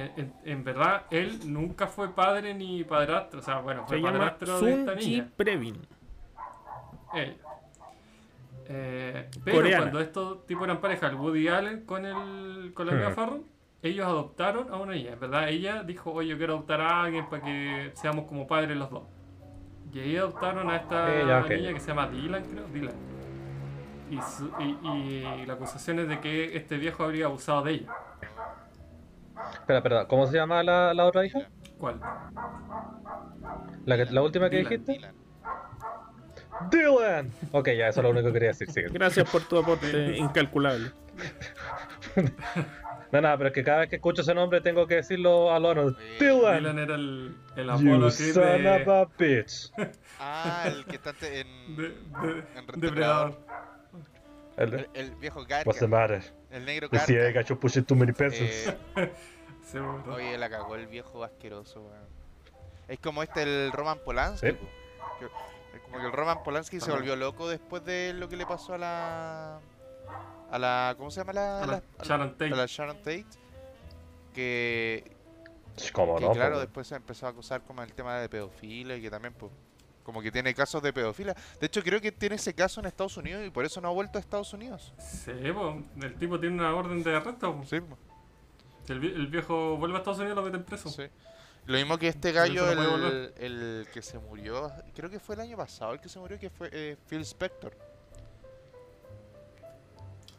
ay. En, en- en verdad, él nunca fue padre ni padrastro. O sea, bueno, Se fue llama padrastro de esta Sunji niña. Previn. Ella. Eh, pero Coreana. cuando estos tipos eran pareja, el Woody Allen con, el, con la Hmm. Mia Farrow, ellos adoptaron a una niña, en ¿verdad? Ella dijo, oye, yo quiero adoptar a alguien para que seamos como padres los dos. Y ahí adoptaron a esta Sí, ya, ok. niña que se llama Dylan, creo, Dylan. Y, su- y- y la acusación es de que este viejo habría abusado de ella. Espera, espera. ¿Cómo se llama la, la otra hija? ¿Cuál? La, que- la última que Dylan, dijiste. Dylan. Dylan. Ok, ya, eso es lo único que quería decir. Sigue. Gracias por tu aporte incalculable. No, nada, pero es que cada vez que escucho ese nombre tengo que decirlo a Lono. Oye, Dylan. Dylan era el, el Apolo You Creed son de, of a bitch. Ah, el que está ante- en. de- de- en Depredador. El- El, el viejo What's the Garca. matter? El negro The Garca. CIA got you pushing too many pesos. Eh, Sí, ¿verdad? oye, la cagó el viejo asqueroso, weón. Es como este, el Roman Polanski. Sí. po. Que- es como que el Roman Polanski se volvió loco después de lo que le pasó a la. A la. ¿Cómo se llama la.? A la a la- Sharon Tate. a la Sharon Tate. Que, ¿Cómo Que Oh, no? pues? claro, po? después se empezó a acusar como el tema de pedofilia y que también, pues, como que tiene casos de pedofilia. De hecho, creo que tiene ese caso en Estados Unidos y por eso no ha vuelto a Estados Unidos. Sí, po, el tipo tiene una orden de arresto. po. Sí, po, Si el, vi- el viejo vuelve a Estados Unidos lo meten preso. sí. Lo mismo que este Por eso gallo, no puede el, volver. el que se murió, creo que fue el año pasado, el que se murió, que fue eh, Phil Spector,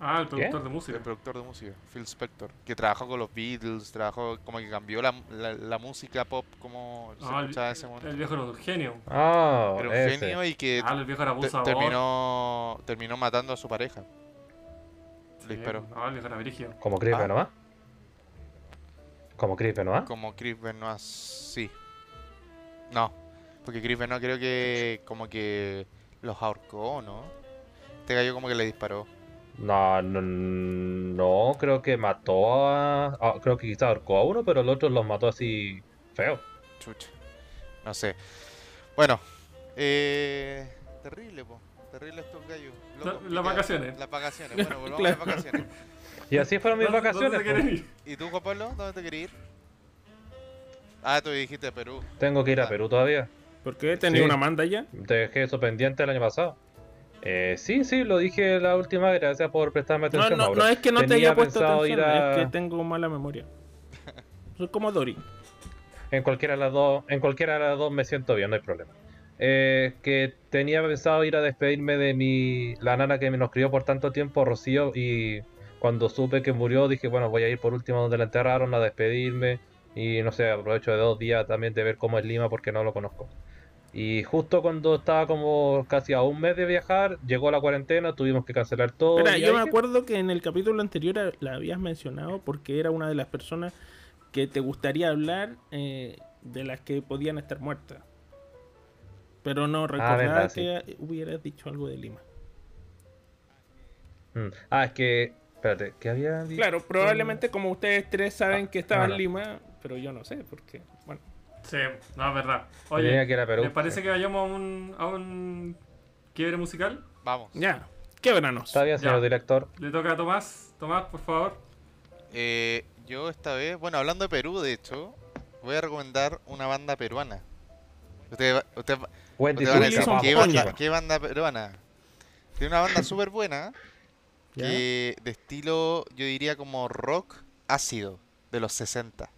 Ah, el productor de música. el productor de música, Phil Spector, que trabajó con los Beatles, trabajó como que cambió la, la- la música pop como se Ah, el, escuchaba en ese momento. el viejo era un genio. Ah, Pero un ese. genio y que Ah, el viejo era te- abusador. terminó, terminó matando a su pareja. Sí, Le disparó. No, el viejo era virigio. Como Cripe, Ah. ¿no? Como Cripe, ¿no? Como Chris Benoit, sí. No, porque Chris Benoit creo que como que los ahorcó, ¿no? Este gallo como que le disparó. No, no, no, creo que mató a. ah, creo que quizá ahorcó a uno, pero el otro los mató así feo. Chucha. No sé. Bueno, eh, terrible, po. Terrible estos gallos. Lo La- las complicado. vacaciones. Las vacaciones. Bueno, volvamos a las Claro. vacaciones. Y así fueron mis ¿Dónde- vacaciones. ¿Dónde te po. quieres ir? ¿Y tú, Juan Pablo? ¿Dónde te querías ir? Ah, tú dijiste Perú. Tengo Ah. que ir a Perú todavía. Porque tenía Sí. una manda ya. Dejé eso pendiente el año pasado. Eh, sí, sí, lo dije la última vez. Gracias por prestarme No, atención. no, Mauro. no es que no te Tenía haya puesto pensado atención, ir a- es que tengo mala memoria. Soy como Dory. En cualquiera de las dos, en cualquiera de las dos me siento bien, no hay problema. Eh, que tenía pensado ir a despedirme de mi la nana que nos crió por tanto tiempo, Rocío, y cuando supe que murió dije, bueno, voy a ir por último donde la enterraron a despedirme y no sé, aprovecho de dos días también de ver cómo es Lima porque no lo conozco. Y justo cuando estaba como casi a un mes de viajar, llegó la cuarentena, tuvimos que cancelar todo. Espera, y yo ahí me que- acuerdo que en el capítulo anterior a- la habías mencionado porque era una de las personas que te gustaría hablar eh, de las que podían estar muertas. Pero no recordaba Ah, verdad, que hubieras dicho algo de Lima. Mm. Ah, es que, espérate, ¿qué había dicho? Claro, probablemente como ustedes tres saben que estaba en Ah. Lima, pero yo no sé, porque, bueno, Sí, no, es verdad. Tenía Oye, que ir a Perú. ¿les parece que vayamos a un, a un quiebre musical? Vamos. ya, québranos. Está bien, señor Ya. director. Le toca a Tomás. Tomás, por favor. Eh, yo esta vez, bueno, hablando de Perú, de hecho, voy a recomendar una banda peruana. Ustedes, va- ustedes va- Wendy, ustedes van a Wilson decir, vamos, ¿qué Poña". banda, qué banda peruana? Tiene una banda súper buena, ¿ya? que de estilo, yo diría como rock ácido, de los 60.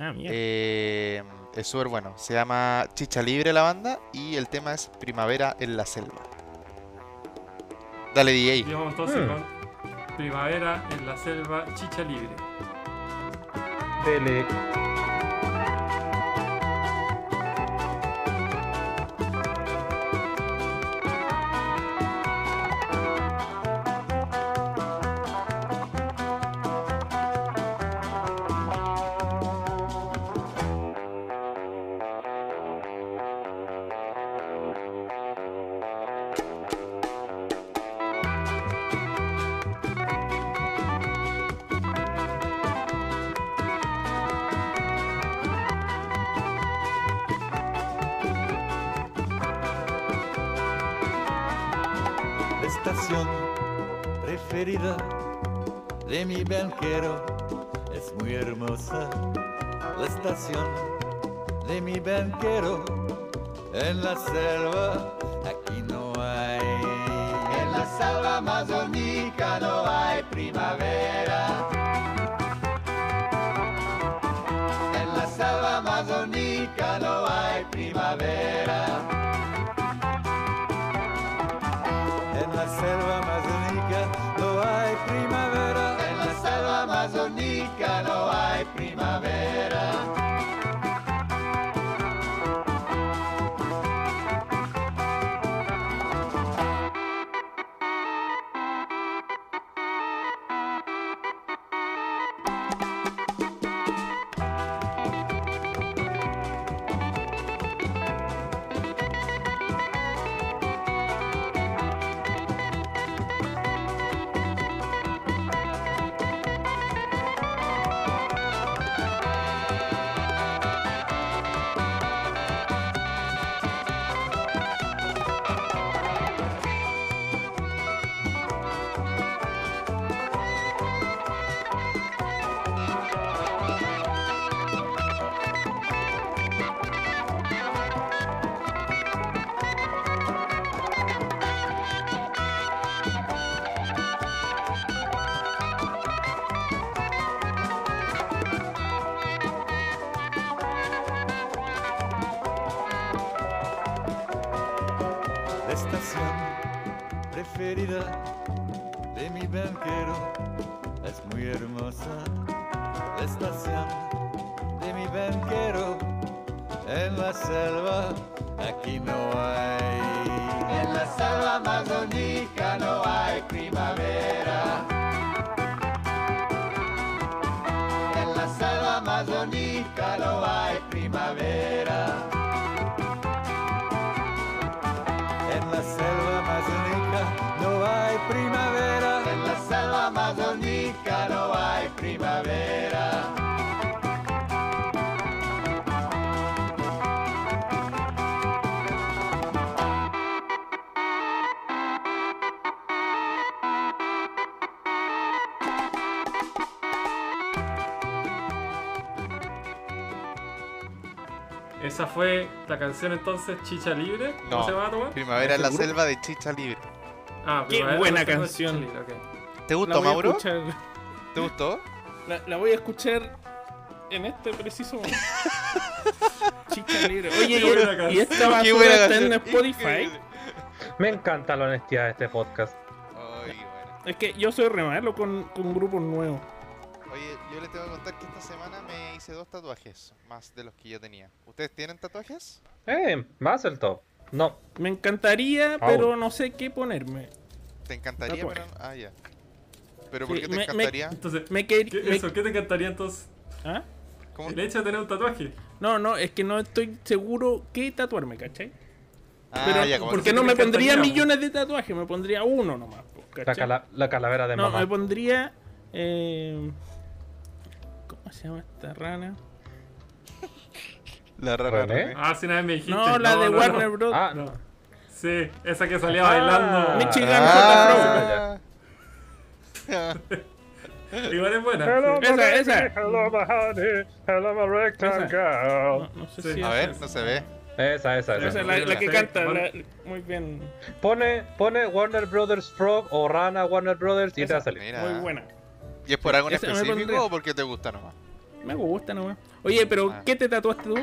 Ah, mierda. Eh, es súper bueno. Se llama Chicha Libre la banda y el tema es Primavera en la Selva. Dale DJ. Y vamos entonces Mm. con Primavera en la selva, chicha libre. Tele. estación preferida de mi banquero es muy hermosa. La estación de mi banquero en la selva aquí no hay. En la selva amazónica no hay primavera. En la selva amazónica no hay primavera. En la selva amazónica no hay primavera. En la selva amazónica no hay primavera. La estación preferida de mi banquero es muy hermosa. La estación de mi banquero en la selva aquí no hay. En la selva amazónica no hay primavera. En la selva amazónica no hay primavera. En la selva amazónica no hay primavera. En la selva amazónica no hay primavera. Esa fue la canción entonces, Chicha Libre. ¿Cómo No. se llama, Tomás? Primavera en la ¿Seguro? selva de Chicha Libre. Ah, Qué Primavera, buena la tengo de canción. Chicha Libre, ok. ¿Te La gustó, voy a Mauro? escuchar- ¿Te gustó? la, la voy a escuchar en este preciso momento. Chicha libre. Oye, Qué buena y- y, canción. esta Qué basura buena está en canción. Spotify. Increíble. Me encanta la honestidad de este podcast. Ay, qué buena. Es que yo soy re malo con, con grupos nuevos. Oye, yo les tengo que contar que esta semana me hice dos tatuajes, más de los que yo tenía. ¿Ustedes tienen tatuajes? Eh, más el top. No, Me encantaría, Au. pero no sé qué ponerme. ¿Te encantaría? Tatuaje. Pero... Ah, ya. ¿Pero por Sí, qué te me- me- encantaría? Entonces, Me quer- ¿qué, me- eso, ¿qué te encantaría entonces? ¿Ah? ¿Cómo? El hecho de tener un tatuaje. No, no, es que no estoy seguro qué tatuarme, ¿cachai? Ah, Pero, ya, como porque que no te me pondría encantaría, millones de tatuajes, me pondría uno nomás. po, la, ¿cachai? cala- la calavera de No, mamá. me pondría. eh, ¿Cómo se llama esta rana? La rara. René. René. Ah, si una vez me dijiste. No, la de Warner Bros. Ah, No. Sí, esa que salía Ah. bailando. Michigan J. Ah, Ah, Igual es buena. Hello, Esa, my lady, esa. hello, my honey, hello, my rectangle. No, no sé Sí. si A es ver, esa. no se ve. Esa, esa, Esa esa. es la, la que Sí, canta. bueno. la- muy bien. Pone, pone Warner Brothers Frog o Rana Warner Brothers y te Esa. va a salir. Mira. Muy buena. ¿Y es por algo en Esa me específico pondría. o porque te gusta nomás? Me gusta nomás. Oye, pero Ah. ¿qué te tatuaste tú?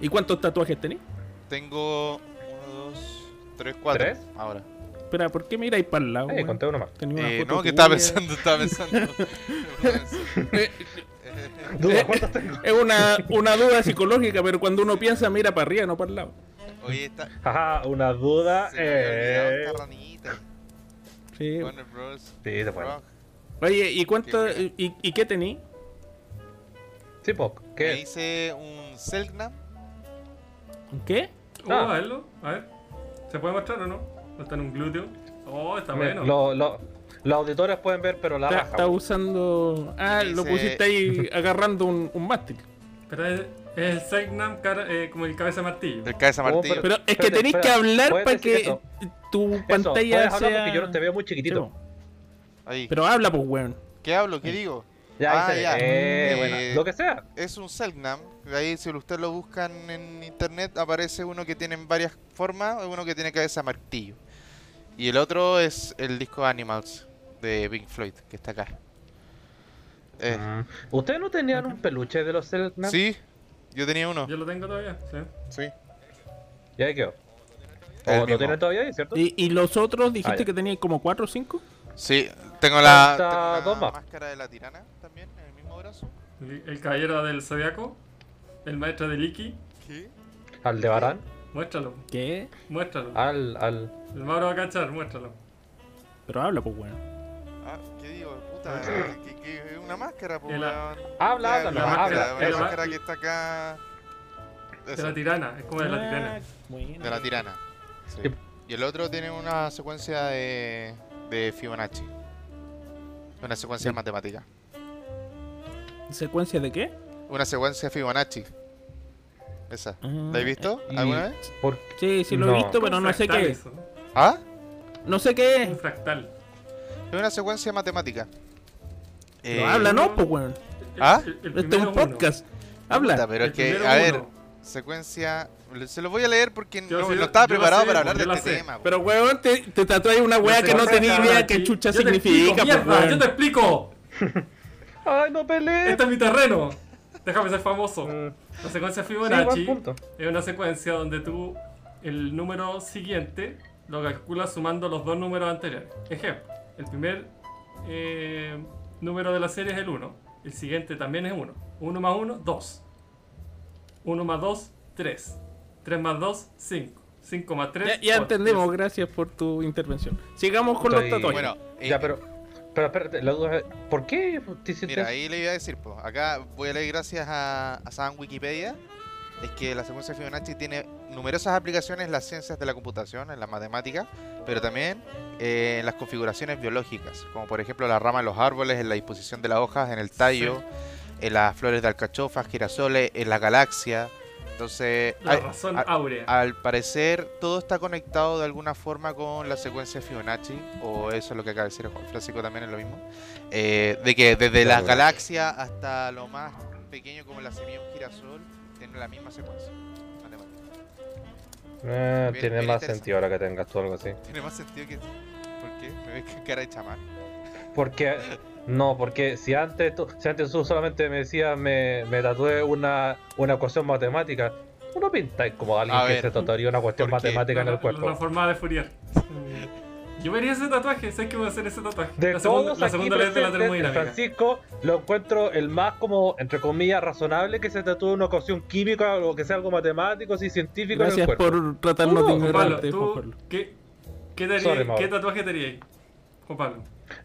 ¿Y cuántos tatuajes tenés? Tengo uno, dos, tres, cuatro. ¿Tres? Ahora. Espera, ¿por qué miráis para el lado? Eh, weón? conté uno más. Tenía una Eh, foto no, que estaba tuya. pensando, estaba pensando. Eh, Duda, ¿cuántos tengo? es una, una duda psicológica, pero cuando uno piensa, mira para arriba, no para el lado. Oye, está. Jaja, una duda. Se me había olvidado Eh. esta ranita. Sí. Warner Bros. Sí, se puede. Rock. Oye, ¿y cuánto, Qué buena. y, y qué tení? Sí, Pop. Me ¿Qué? hice un Selknam. ¿Qué? Oh, a verlo, a ver. ¿Se puede mostrar o no? ¿O está en un glúteo? Oh, está Me- bueno. lo- lo- los auditores pueden ver, pero la Está, raja. está usando. Ah, Dice- lo pusiste ahí agarrando un, un mástil. Pero es, es el Segnam cara- eh, como el cabeza de martillo. El cabeza Oh, martillo. Pero es que Espérate, tenéis que espera, hablar ¿puedes para decir que eso? eh, tu Eso, pantalla puedes hablar sea. porque yo no te veo muy chiquitito. Sí, Ahí. Pero habla, pues, weón. ¿Qué hablo? ¿Qué digo? Ya, ahí Ah, se ve. ya. Eh, Mm. buena. Eh, Lo que sea. Es un Selknam. Ahí, si ustedes lo buscan en internet, aparece uno que tiene en varias formas. Uno que tiene cabeza martillo. Y el otro es el disco Animals de Pink Floyd, que está acá. Eh, Mm. ¿Ustedes no tenían un peluche de los Selknam? Sí, yo tenía uno. Ah. Yo lo tengo todavía, sí. Sí. Y ahí quedó. El ¿O lo mismo. tienen todavía ahí, cierto? ¿Y, y los otros dijiste Ah, ya. que teníais como 4 o 5? Sí, tengo la, Falta tengo la dos más. máscara de la tirana también en el mismo brazo. El, el caballero del zodiaco, el maestro de Iki. ¿Qué? Al de Barán. Muéstralo, ¿Qué? muéstralo. Al, al. El Mauro va a cachar, muéstralo. Pero habla, pues, weón. Ah, ¿qué digo? Puta, que- que- que es una máscara, po, Y la- weón. Habla, Ya, habla, la nomás, habla. máscara, máscara, eh, la la Eso. ma- máscara que está acá. De Eso, la tirana, es como de la Ah, tirana. bueno. de la tirana. Sí. Sí. Y el otro tiene una secuencia de, de Fibonacci. Una secuencia de matemática. ¿Secuencia de qué? Una secuencia de Fibonacci. Esa. Ah, ¿La has visto y- alguna vez? ¿Por Sí, sí lo No. he visto, pero Un no sé fractal qué es. eso, ¿Ah? No sé qué Un es. fractal. Es una secuencia de matemática. Eh, Pero habla, no, pues, weón. El- ¿Ah? el- el Este es primero un uno. podcast. puta, Habla. Pero es El que, primero a ver, uno. secuencia. Se los voy a leer porque Yo no, sí, no yo- estaba yo la preparado sé, para hablar yo de la este sé. tema. po. Pero, weón, te, te tatuáis una weá que no tenía idea qué chucha Yo te significa, explico, pues, mierda, weón. Yo te explico. Ay, no peleé. Este es mi terreno. Déjame ser famoso. Mm. La secuencia Sí, Fibonacci buen punto. es una secuencia donde tú el número siguiente lo calculas sumando los dos números anteriores. Ejemplo, el primer eh, número de la serie es el 1, el siguiente también es 1. 1 más 1, 2. 1 más 2, 3. 3 más 2, 5. 5 más 3. Ya, ya entendemos, gracias por tu intervención. Sigamos con los Estoy- tatuajes. Bueno, eh, Ya, pero. Pero espérate, la duda es. ¿Por qué te hiciste Mira, eso? ahí le iba a decir, po. acá voy a leer gracias a, a San Wikipedia, es que la secuencia de Fibonacci tiene numerosas aplicaciones en las ciencias de la computación, en la matemática, pero también eh, en las configuraciones biológicas, como por ejemplo la rama de los árboles, en la disposición de las hojas, en el tallo, en las flores de alcachofas, girasoles, en la galaxia. Entonces, La hay- razón a- áurea. al parecer todo está conectado de alguna forma con la secuencia de Fibonacci, o eso es lo que acaba de decir Juan Francisco también es lo mismo, eh, de que desde la Claro. galaxia hasta lo más pequeño como la semilla de un girasol, tiene la misma secuencia. matemática. Eh, Bien, tiene bien más interesante. sentido ahora que tengas tú algo así. Tiene más sentido que. ¿Por qué? Me ves con cara de chamán. Porque, no, porque si antes tú, si antes tú solamente me decías, me, me tatué una, una ecuación matemática, tú no pintáis como alguien A que ver, se tatuaría una cuestión ¿por qué? matemática en La- el cuerpo. La, la forma de Fourier. Yo me haría ese tatuaje, sé que voy a hacer ese tatuaje. de la segunda, todos la aquí segunda ley de la presentes, termodinámica. Francisco lo encuentro el más como, entre comillas, razonable que se tatúe una ecuación química o que sea algo matemático, sí, científico en el Gracias cuerpo. por tratarnos de No, Juan Pablo, ignorante, Juan ¿tú Pablo. qué, qué, te harías- Sorry, Mauro. qué tatuaje te harías? Juan Pablo.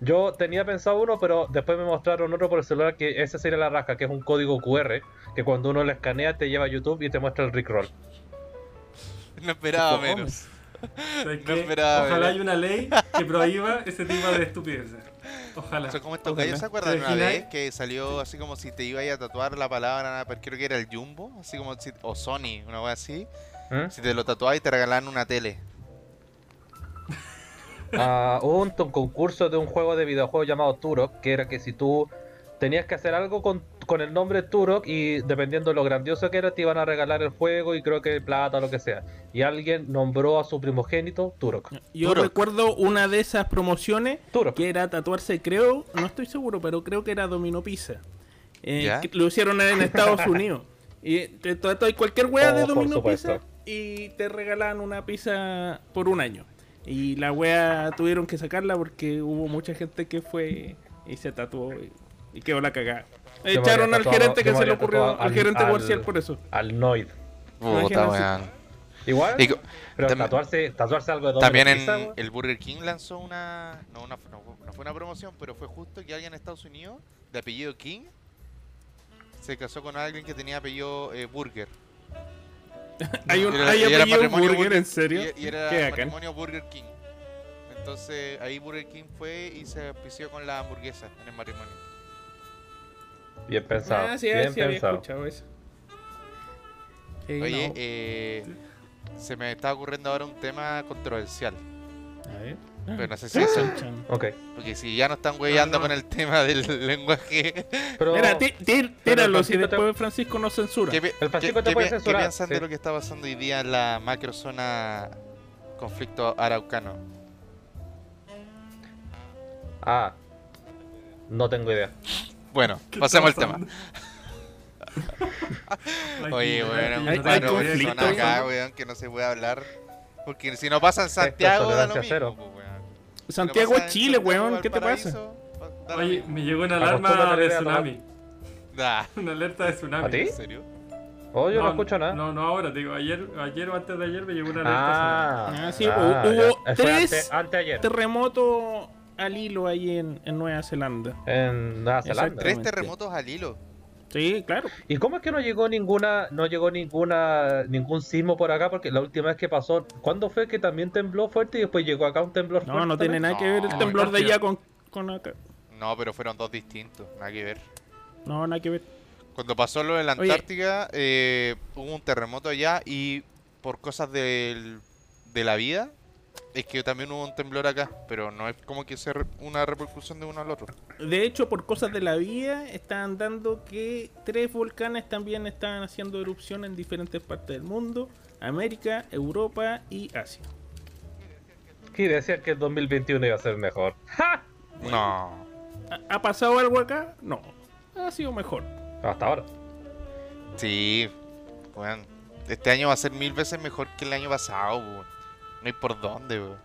Yo tenía pensado uno, pero después me mostraron otro por el celular que ese sería la rasca, que es un código QR, que cuando uno lo escanea te lleva a YouTube y te muestra el Rickroll. No esperaba ¿Cómo? menos. ¿Sabes No qué? esperaba, Ojalá mira. haya una ley que prohíba ese tipo de estupideces. Ojalá. Son como estos Ojalá. gallos, ¿se acuerdan ¿Te una vez imaginas? que salió así como si te iba a ir a tatuar la palabra, pero creo que era el Jumbo, así como si- o Sony, una cosa así. ¿Mm? Si te lo tatuabas y te regalaban una tele. Ah, hubo un, un concurso de un juego de videojuego llamado Turok, que era que si tú tenías que hacer algo con, con el nombre Turok y dependiendo de lo grandioso que era, te iban a regalar el juego y creo que plata o lo que sea. Y alguien nombró a su primogénito Turok. Yo Turok. recuerdo una de esas promociones Turok. que era tatuarse, creo, no estoy seguro, pero creo que era Domino Pizza. Eh, ¿Ya? que lo hicieron en Estados Unidos. Y te tatuas cualquier wea de Oh, por Domino supuesto. Pizza y te regalan una pizza por un año. Y la wea tuvieron que sacarla porque hubo mucha gente que fue y se tatuó y, y quedó la cagada. me habría Echaron al tatuado- gerente yo que me se le habría ocurrió, tatuado al al- gerente al- comercial por eso. Al Noid. Puta, Imagínense. weón. Igual, Y co- pero tam- tatuarse, tatuarse algo de Domino También Pizza, en weón. el Burger King lanzó una no, una. no fue- no fue una promoción, pero fue justo que alguien en Estados Unidos, de apellido King, se casó con alguien que tenía apellido eh, Burger. Hay un Y era- hay y era apellido matrimonio Burger, en serio. Y, y era Qué bacán. matrimonio Burger King. Entonces ahí Burger King fue y se auspició con la hamburguesa en el matrimonio. Bien pensado. Ah, sí, bien sí había pensado. escuchado eso. Sí, Oye, no. eh, se me está ocurriendo ahora un tema controversial. A ver. Pero no sé si eso. Ah. Chan. Ok. Porque si ya no están huellando no. con el tema del lenguaje. Pero Mira, tí- tí- tíralo si Francisco te- después Francisco nos censura. ¿Qué, pi- El Francisco qué- te qué puede pi- qué censurar, piensan sí. de lo que está pasando hoy día en la macrozona conflicto araucano? Ah, no tengo idea. Bueno, ¿Qué pasemos al está tema. Ay, Oye, ay, weón, ay, hay bueno, no tengo idea de qué conflicto, son está acá, pasando. weón, que no se puede hablar. Porque si no pasa en Santiago, da lo tolerancia mismo, cero. pues, weón. Si no Santiago es pasa en Chile, Santiago, weón. ¿Qué te pasa? Valparaíso, da lo Oye, mismo. me llegó una Acostúmbrate a alarma leer de a tsunami. Da. Una alerta de tsunami. ¿A ti? ¿En serio? Oh, yo no, escucho nada. No, no ahora, te digo, ayer, ayer o antes de ayer me llegó una alerta Ah, Ah, sí, ah, hubo- hubo ya. Fue tres ante- anteayer. Terremoto al hilo ahí en, en Nueva Zelanda. En Nueva Exacto. Zelanda. Tres Exactamente. terremotos al hilo. Sí, claro. ¿Y cómo es que no llegó ninguna, no llegó ninguna, ningún sismo por acá? Porque la última vez que pasó, ¿cuándo fue que también tembló fuerte y después llegó acá un temblor fuerte? No, no tiene también? nada que ver el No, temblor de no. allá con, con acá. No, pero fueron dos distintos, nada que ver. No, nada que ver. Cuando pasó lo de la Oye. Antártica, eh, hubo un terremoto allá y por cosas del- de la vida, es que también hubo un temblor acá, pero no es como que sea re- una repercusión de uno al otro. De hecho, por cosas de la vida, están dando que tres volcanes también están haciendo erupción en diferentes partes del mundo. América, Europa y Asia. Y decían que el 2021 iba a ser mejor. ¡Ja! No. ¿Ha- ¿Ha pasado algo acá? No. Ha sido mejor. Hasta ahora. Sí, weón. Este año va a ser mil veces mejor que el año pasado, weón. No hay por dónde, weón.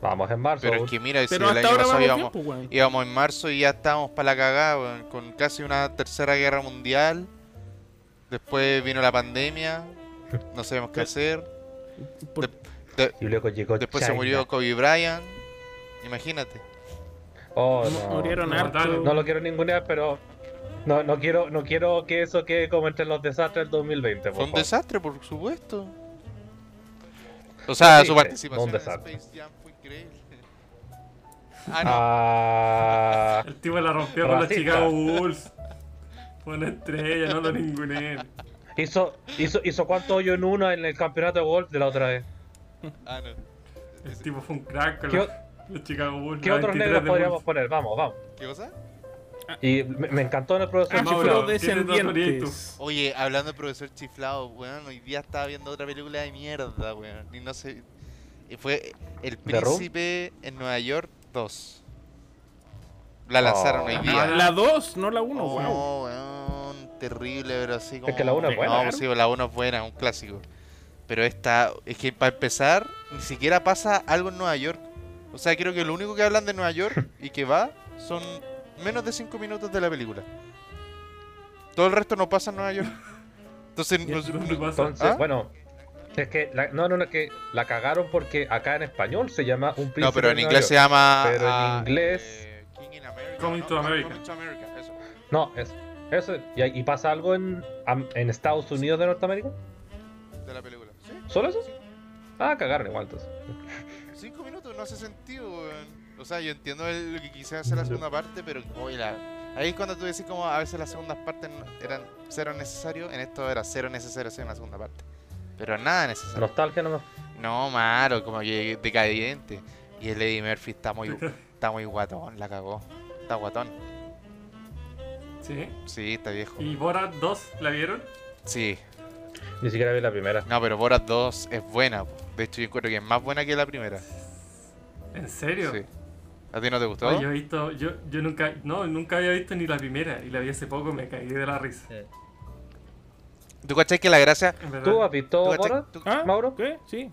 Vamos en marzo. Pero es que mira, si Pero el hasta año ahora pasado vamos íbamos, bien, pues, weón. íbamos en marzo y ya estábamos para la cagada, weón, con casi una tercera guerra mundial. Después vino la pandemia, no sabemos qué hacer. Por- este- De- Y luego llegó Después se China. murió Kobe Bryant. Imagínate. Oh, mu- no. murieron No, harto. dale. No lo quiero ningunear, pero no, no quiero no quiero que eso quede como entre los desastres del 2020, por Fue un favor. desastre, por supuesto. O sea, Sí, su sí, participación un en desastre. Space Jam fue increíble. Ah, no. Ah, El tipo la rompió con los Racista. Chicago Bulls. Fue una estrella, no lo ninguneen. hizo, hizo, hizo cuánto hoyo en uno en el campeonato de golf de la otra vez. Ah, no. El tipo fue un crack con ¿Qué los, o- los Chicago Bulls. ¿Qué la otros 23 negros de podríamos Bulls. poner? Vamos, vamos. ¿Qué cosa? Y me, me encantó en el Ah, profesor. Mauro, Chiflado. Afrodescendientes. Oye, hablando de profesor chiflado, weón, hoy día estaba viendo otra película de mierda, weón. Y no sé. y fue El ¿The Room? Príncipe en Nueva York 2. La lanzaron Oh. hoy Ah, día. La 2, no la 1, No, wow. Oh, weón, terrible, pero así como. que la uno es buena, No, ¿no? sí, la 1 es buena, un clásico. Pero esta, es que para empezar, ni siquiera pasa algo en Nueva York. O sea, creo que lo único que hablan de Nueva York y que va son menos de 5 minutos de la película. Todo el resto no pasa en Nueva York. Entonces, no, sé- ¿Dónde no- pasa? Entonces, ¿Ah? bueno, es que la, no, no, no, que la cagaron porque acá en español se llama un príncipe. no, pero en de Nueva inglés se York. llama. Pero en ah, inglés- eh, King in America, Coming ¿no? to Ah, America. Coming to America, eso. No, es, eso. Y, y pasa algo en, am- en Estados Unidos de Norteamérica. De la película. ¿Sí? ¿Solo eso? Ah, cagaron igual entonces. Cinco minutos no hace sentido, weón. O sea, yo entiendo el- lo que quise hacer la segunda parte, pero oye, la- ahí es cuando tú decís como a veces las segundas partes no- eran cero necesario, en esto era cero necesario hacer una segunda parte. Pero nada necesario. Nostalgia nomás. No, malo, como que decadente. Y el Eddie Murphy está muy está muy guatón, la cagó. Está guatón. Sí. Sí, está viejo. ¿Y Borat 2 la vieron? Sí. Ni siquiera vi la primera. No, pero Borat 2 es buena. po. De hecho, yo creo que es más buena que la primera. ¿En serio? Sí. ¿A ti no te gustó? Oye, yo he visto, yo, yo nunca, no, nunca había visto ni la primera y la vi hace poco, me caí de la risa. ¿Tú cachai que la gracia... en verdad. ¿Tú has visto tú cachai- Borat? tú- ¿Ah? Mauro? ¿Qué? Sí.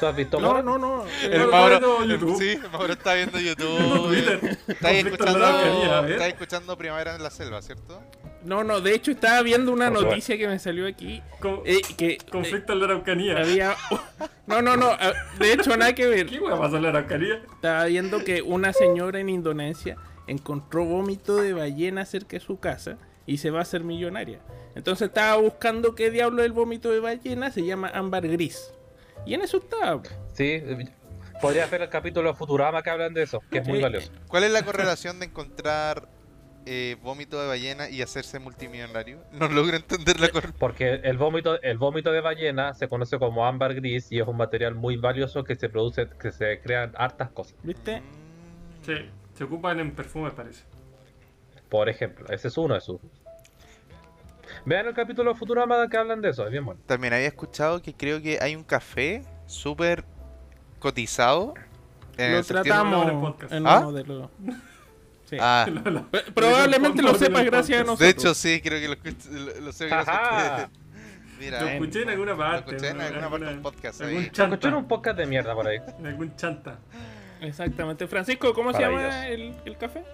¿Tú has visto No, Borat? no, no. El eh, Mauro Mauro, está viendo el- YouTube. sí, el Mauro está viendo Viendo YouTube. Twitter. está ahí Conflicto en escuchando, la ¿eh? Araucanía, a ver. está escuchando Primavera en la Selva, ¿cierto? No, no, de hecho estaba viendo una Por noticia que me salió aquí. Co- eh, que eh, Conflicto en la Araucanía. había. No, no, no. ah, De hecho, nada que ver. ¿Qué hueá pasó en la Araucanía? Estaba viendo que una señora en Indonesia encontró vómito de ballena cerca de su casa y se va a hacer millonaria. Entonces estaba buscando qué diablo es el vómito de ballena, se llama ámbar gris. Y en eso estaba. po. Sí. eh, Podría ver el capítulo de Futurama que hablan de eso, que es muy Sí. valioso. ¿Cuál es la correlación de encontrar eh, vómito de ballena y hacerse multimillonario? No logro entender la correlación. Porque el vómito, el vómito de ballena se conoce como ámbar gris y es un material muy valioso que se produce, que se crean hartas cosas. ¿Viste? Sí, se ocupan en perfume, parece. Por ejemplo, ese es uno de sus. Vean el capítulo de Futurama que hablan de eso, es bien bueno. También había escuchado que creo que hay un café súper cotizado. en Lo septiembre. Hablamos en el tratamos podcast. en ¿Ah? uno de los. Sí. Ah, Lo- lo- P- Probablemente lo Hablamos en sepas el gracias a nosotros. podcast. de hecho, sí, creo que lo, escuch- lo, lo sé. que lo Ajá. escuché. Mira, Lo eh, escuché en alguna parte. Lo escuché en alguna parte del podcast. ahí. Algún Escucharon chanta. un podcast de mierda por ahí. En algún chanta. Exactamente. Francisco, ¿cómo se llama el, el café?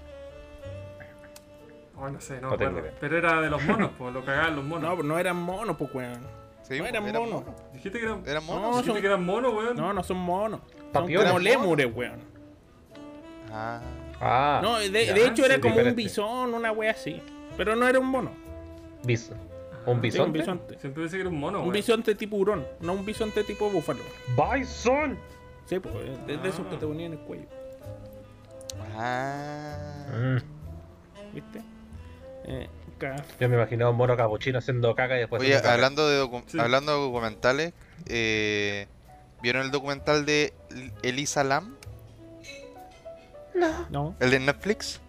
Oh, no sé, no, No me tengo acuerdo. idea. Pero era de los monos, pues lo cagaban los monos. No, no eran monos, pues, weón. Sí, no eran era monos. mono. Dijiste que eran, Era mono, No, dijiste son- que eran monos, weón. No, no son monos. Son Papiolas. como Eran lémures, weón. Ah. Ah, No, de, de ya. hecho era Sí, como un diferente. bisón, una wea así. Pero no era un mono. Ah, Bis- Sí, un un bisonte. bisonte. Siempre pensé que era un mono, Un weón. bisonte tipo hurón, no un bisonte tipo búfalo. Bison. Sí, pues, es de, de esos Ah. que te ponían en el cuello, Ah. Mm, ¿viste? Eh, café. yo me imaginaba un mono capuchino haciendo caca y después. Oye, haciendo caca. hablando de, docu- Sí. hablando de documentales, eh, ¿vieron el documental de L- Elisa Lam? No, ¿El de Netflix?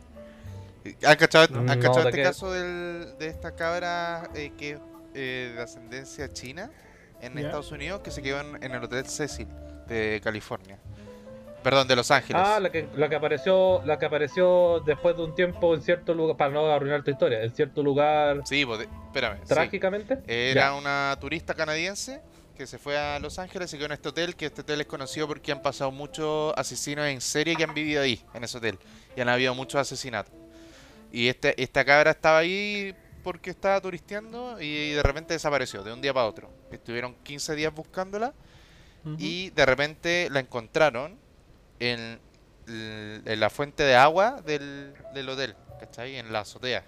Eh, ¿Han cachado, No. han No, cachado ¿de este qué? caso del- de esta cabra eh, que es eh, de ascendencia china en Ya. Estados Unidos que se quedó en, en el Hotel Cecil de California? Perdón, de Los Ángeles. Ah, la que, la que apareció, la que apareció después de un tiempo en cierto lugar, para no arruinar tu historia, en cierto lugar Sí, pues, de- espérame. sí. trágicamente. Era Ya. una turista canadiense que se fue a Los Ángeles, se quedó en este hotel, que este hotel es conocido porque han pasado muchos asesinos en serie que han vivido ahí, en ese hotel. Y han habido muchos asesinatos. Y este, esta cabra estaba ahí porque estaba turisteando y de repente desapareció, de un día para otro. Estuvieron 15 días buscándola y de repente la encontraron en, l- en la fuente de agua del, del hotel, ¿cachai? En la azotea.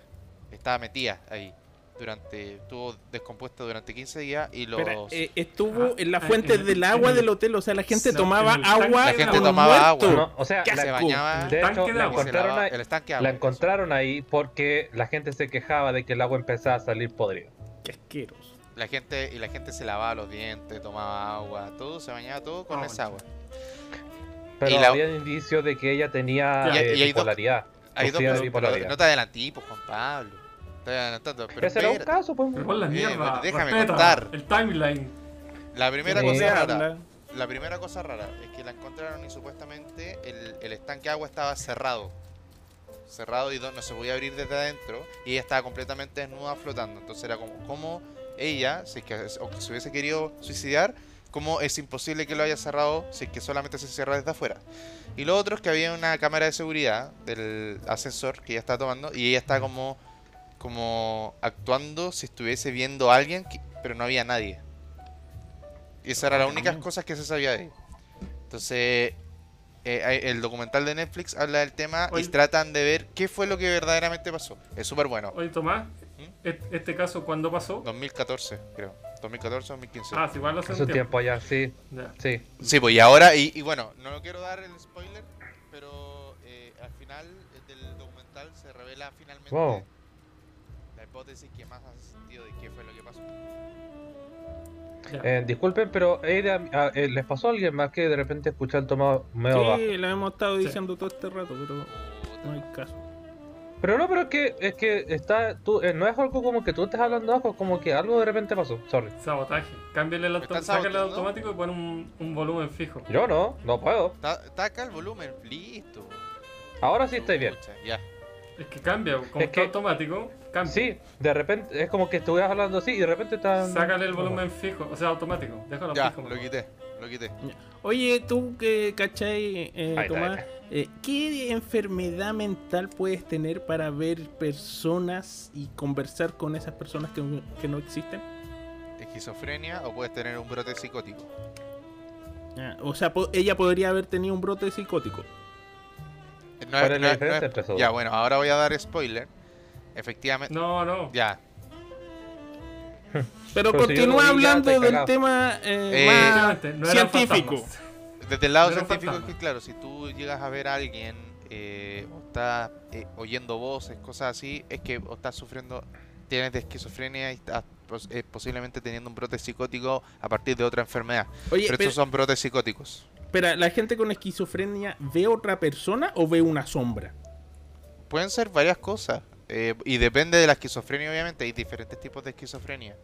Estaba metida ahí. Durante, estuvo descompuesta durante 15 días y los... Espera, eh, estuvo Ah, en la ah, fuente en el- del en agua el- del hotel, o sea, la gente No, tomaba en el tanque agua. la de gente con agua. tomaba muerto. agua. No, o sea, Qué se la, asco. bañaba de El tanque hecho, de la agua. y se encontraron, lavaba- ahí, el estanque de la agua. encontraron ahí porque la gente se quejaba de que el agua empezaba a salir podrida. Qué asqueroso. La gente, y la gente se lavaba los dientes, tomaba agua, todo, se bañaba todo con Ah, esa agua. Pero Y la- había indicios de que ella tenía Ya. eh, Y- y hay dos- bipolaridad. Hay dos Cocina casos, bipolaridad. pero no te adelantí, pues Juan Pablo. Te adelantando, pero Ese era un espérate. caso, pues. Pero pon la Eh, mierda. déjame respeta contar. El timeline. La primera Sí. cosa rara. Habla. La primera cosa rara es que la encontraron y supuestamente el, el estanque de agua estaba cerrado. Cerrado y no no se podía abrir desde adentro. Y ella estaba completamente desnuda flotando. Entonces era como, ¿cómo ella, si es que es- o que se hubiese querido suicidar, cómo es imposible que lo haya cerrado si es que solamente se cierra desde afuera? Y lo otro es que había una cámara de seguridad del ascensor que ella estaba tomando y ella estaba como, como actuando si estuviese viendo a alguien, que- pero no había nadie. Y esas eran las únicas cosas que se sabía de ella. Entonces, eh, hay- el documental de Netflix habla del tema y Oye. tratan de ver qué fue lo que verdaderamente pasó. Es súper bueno. Oye, Tomás, ¿est- ¿este caso cuándo pasó? 2014, creo. 2014, 2015. Ah, sí, igual hace Hace un un tiempo tiempo. allá, sí, Ya. sí. Sí, pues y ahora, y, y bueno, no lo quiero dar el spoiler, pero eh, al final del documental se revela finalmente Wow. la hipótesis que más hace sentido de qué fue lo que pasó. Ya. Eh, disculpen, pero era- ah, eh, ¿les pasó a alguien más que de repente escuchar el tomado medio bajo? Sí, lo hemos estado Sí. diciendo todo este rato, pero no hay caso. Pero no, pero es que, es que está, tú, eh, no es algo como que tú estés hablando bajo, es como que algo de repente pasó, sorry. Sabotaje. Cámbiale el, ¿Me auto están sácale el saboteando? automático y pon un, un volumen fijo. Yo no, no puedo. Está, está acá el volumen, listo. Ahora sí estoy bien. Chucha, Ya. Es que cambia, como Es está que- automático, cambia. Sí, de repente es como que estuvieras hablando así y de repente estás... Sácale el volumen fijo, o sea, automático. Déjalo Ya, fijo. lo quité, lo quité. Oye, tú que cachai, eh, Ahí está, Tomás, ahí eh, ¿qué enfermedad mental puedes tener para ver personas y conversar con esas personas que, que no existen? Esquizofrenia o puedes tener un brote psicótico. Ah, o sea, po- ella podría haber tenido un brote psicótico. No ¿Cuál es la diferencia entre esos dos? Ya, bueno, ahora voy a dar spoiler. Efectivamente. No, no. Ya. Pero, Pero si yo continúa lo vi, ya hablando estáis del cagados. tema eh, Eh, más Efectivamente, no eran científico. fantasmas. Desde el lado Pero científico es fantasma. que, claro, si tú llegas a ver a alguien eh, o estás eh, oyendo voces, cosas así, es que o estás sufriendo, tienes de esquizofrenia y estás pos- eh, posiblemente teniendo un brote psicótico a partir de otra enfermedad. Oye, pero pero, estos son brotes psicóticos. espera, ¿la gente con esquizofrenia ve otra persona o ve una sombra? Pueden ser varias cosas. eh, y depende de la esquizofrenia, obviamente. Hay diferentes tipos de esquizofrenia.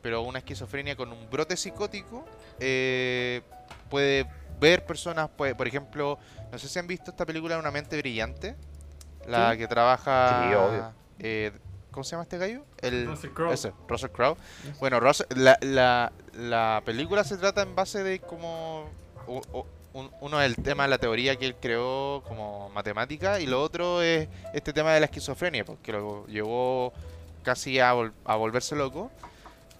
Pero una esquizofrenia con un brote psicótico eh, puede ver personas. Puede, por ejemplo, no sé si han visto esta película Una mente brillante. La Sí. que trabaja. Sí, obvio. eh, ¿Cómo se llama este gallo? El, Russell Crowe. ese, Russell Crowe. Bueno, Russell- la, la- la película se trata en base de como... o- o- un- uno es el tema de la teoría que él creó como matemática y lo otro es este tema de la esquizofrenia, porque lo llevó casi a, vol- a volverse loco.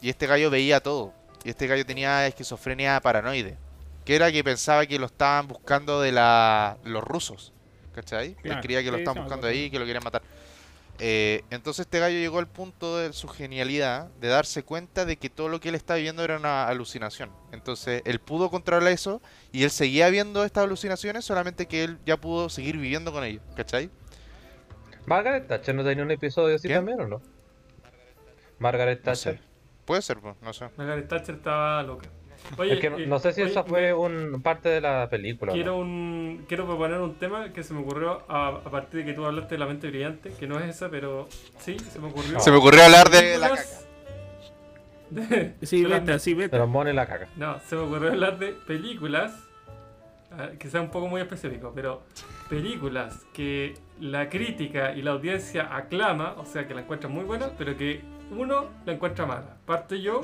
Y este gallo veía todo. Y este gallo tenía esquizofrenia paranoide. Que era que pensaba que lo estaban buscando de la, los rusos. ¿Cachai? Claro, Él creía que lo sí, sí estaban me buscando acuerdo. ahí y que lo querían matar. Eh, entonces este gallo llegó al punto de su genialidad de darse cuenta de que todo lo que él estaba viendo era una alucinación. Entonces él pudo controlar eso y él seguía viendo estas alucinaciones, solamente que él ya pudo seguir viviendo con ellos, ¿cachai? Margaret Thatcher no tenía un episodio así ¿Quién? también o no? Margaret No sé. Thatcher. Puede ser, pues, no sé. Margaret Thatcher estaba loca. Oye, Es que no, eh, no sé si oye, esa fue un parte de la película. ¿no? Quiero, un, quiero proponer un tema que se me ocurrió a, a partir de que tú hablaste de la mente brillante, que no es esa, pero sí, se me ocurrió. Se me ocurrió hablar de la caca. Películas de- Sí, de la- vete, sí, De vete. los monos y la caca. No, se me ocurrió hablar de películas, a ver, quizá un poco muy específico, pero películas que la crítica y la audiencia aclama, o sea que la encuentran muy buena, pero que uno la encuentra mala. Parte yo,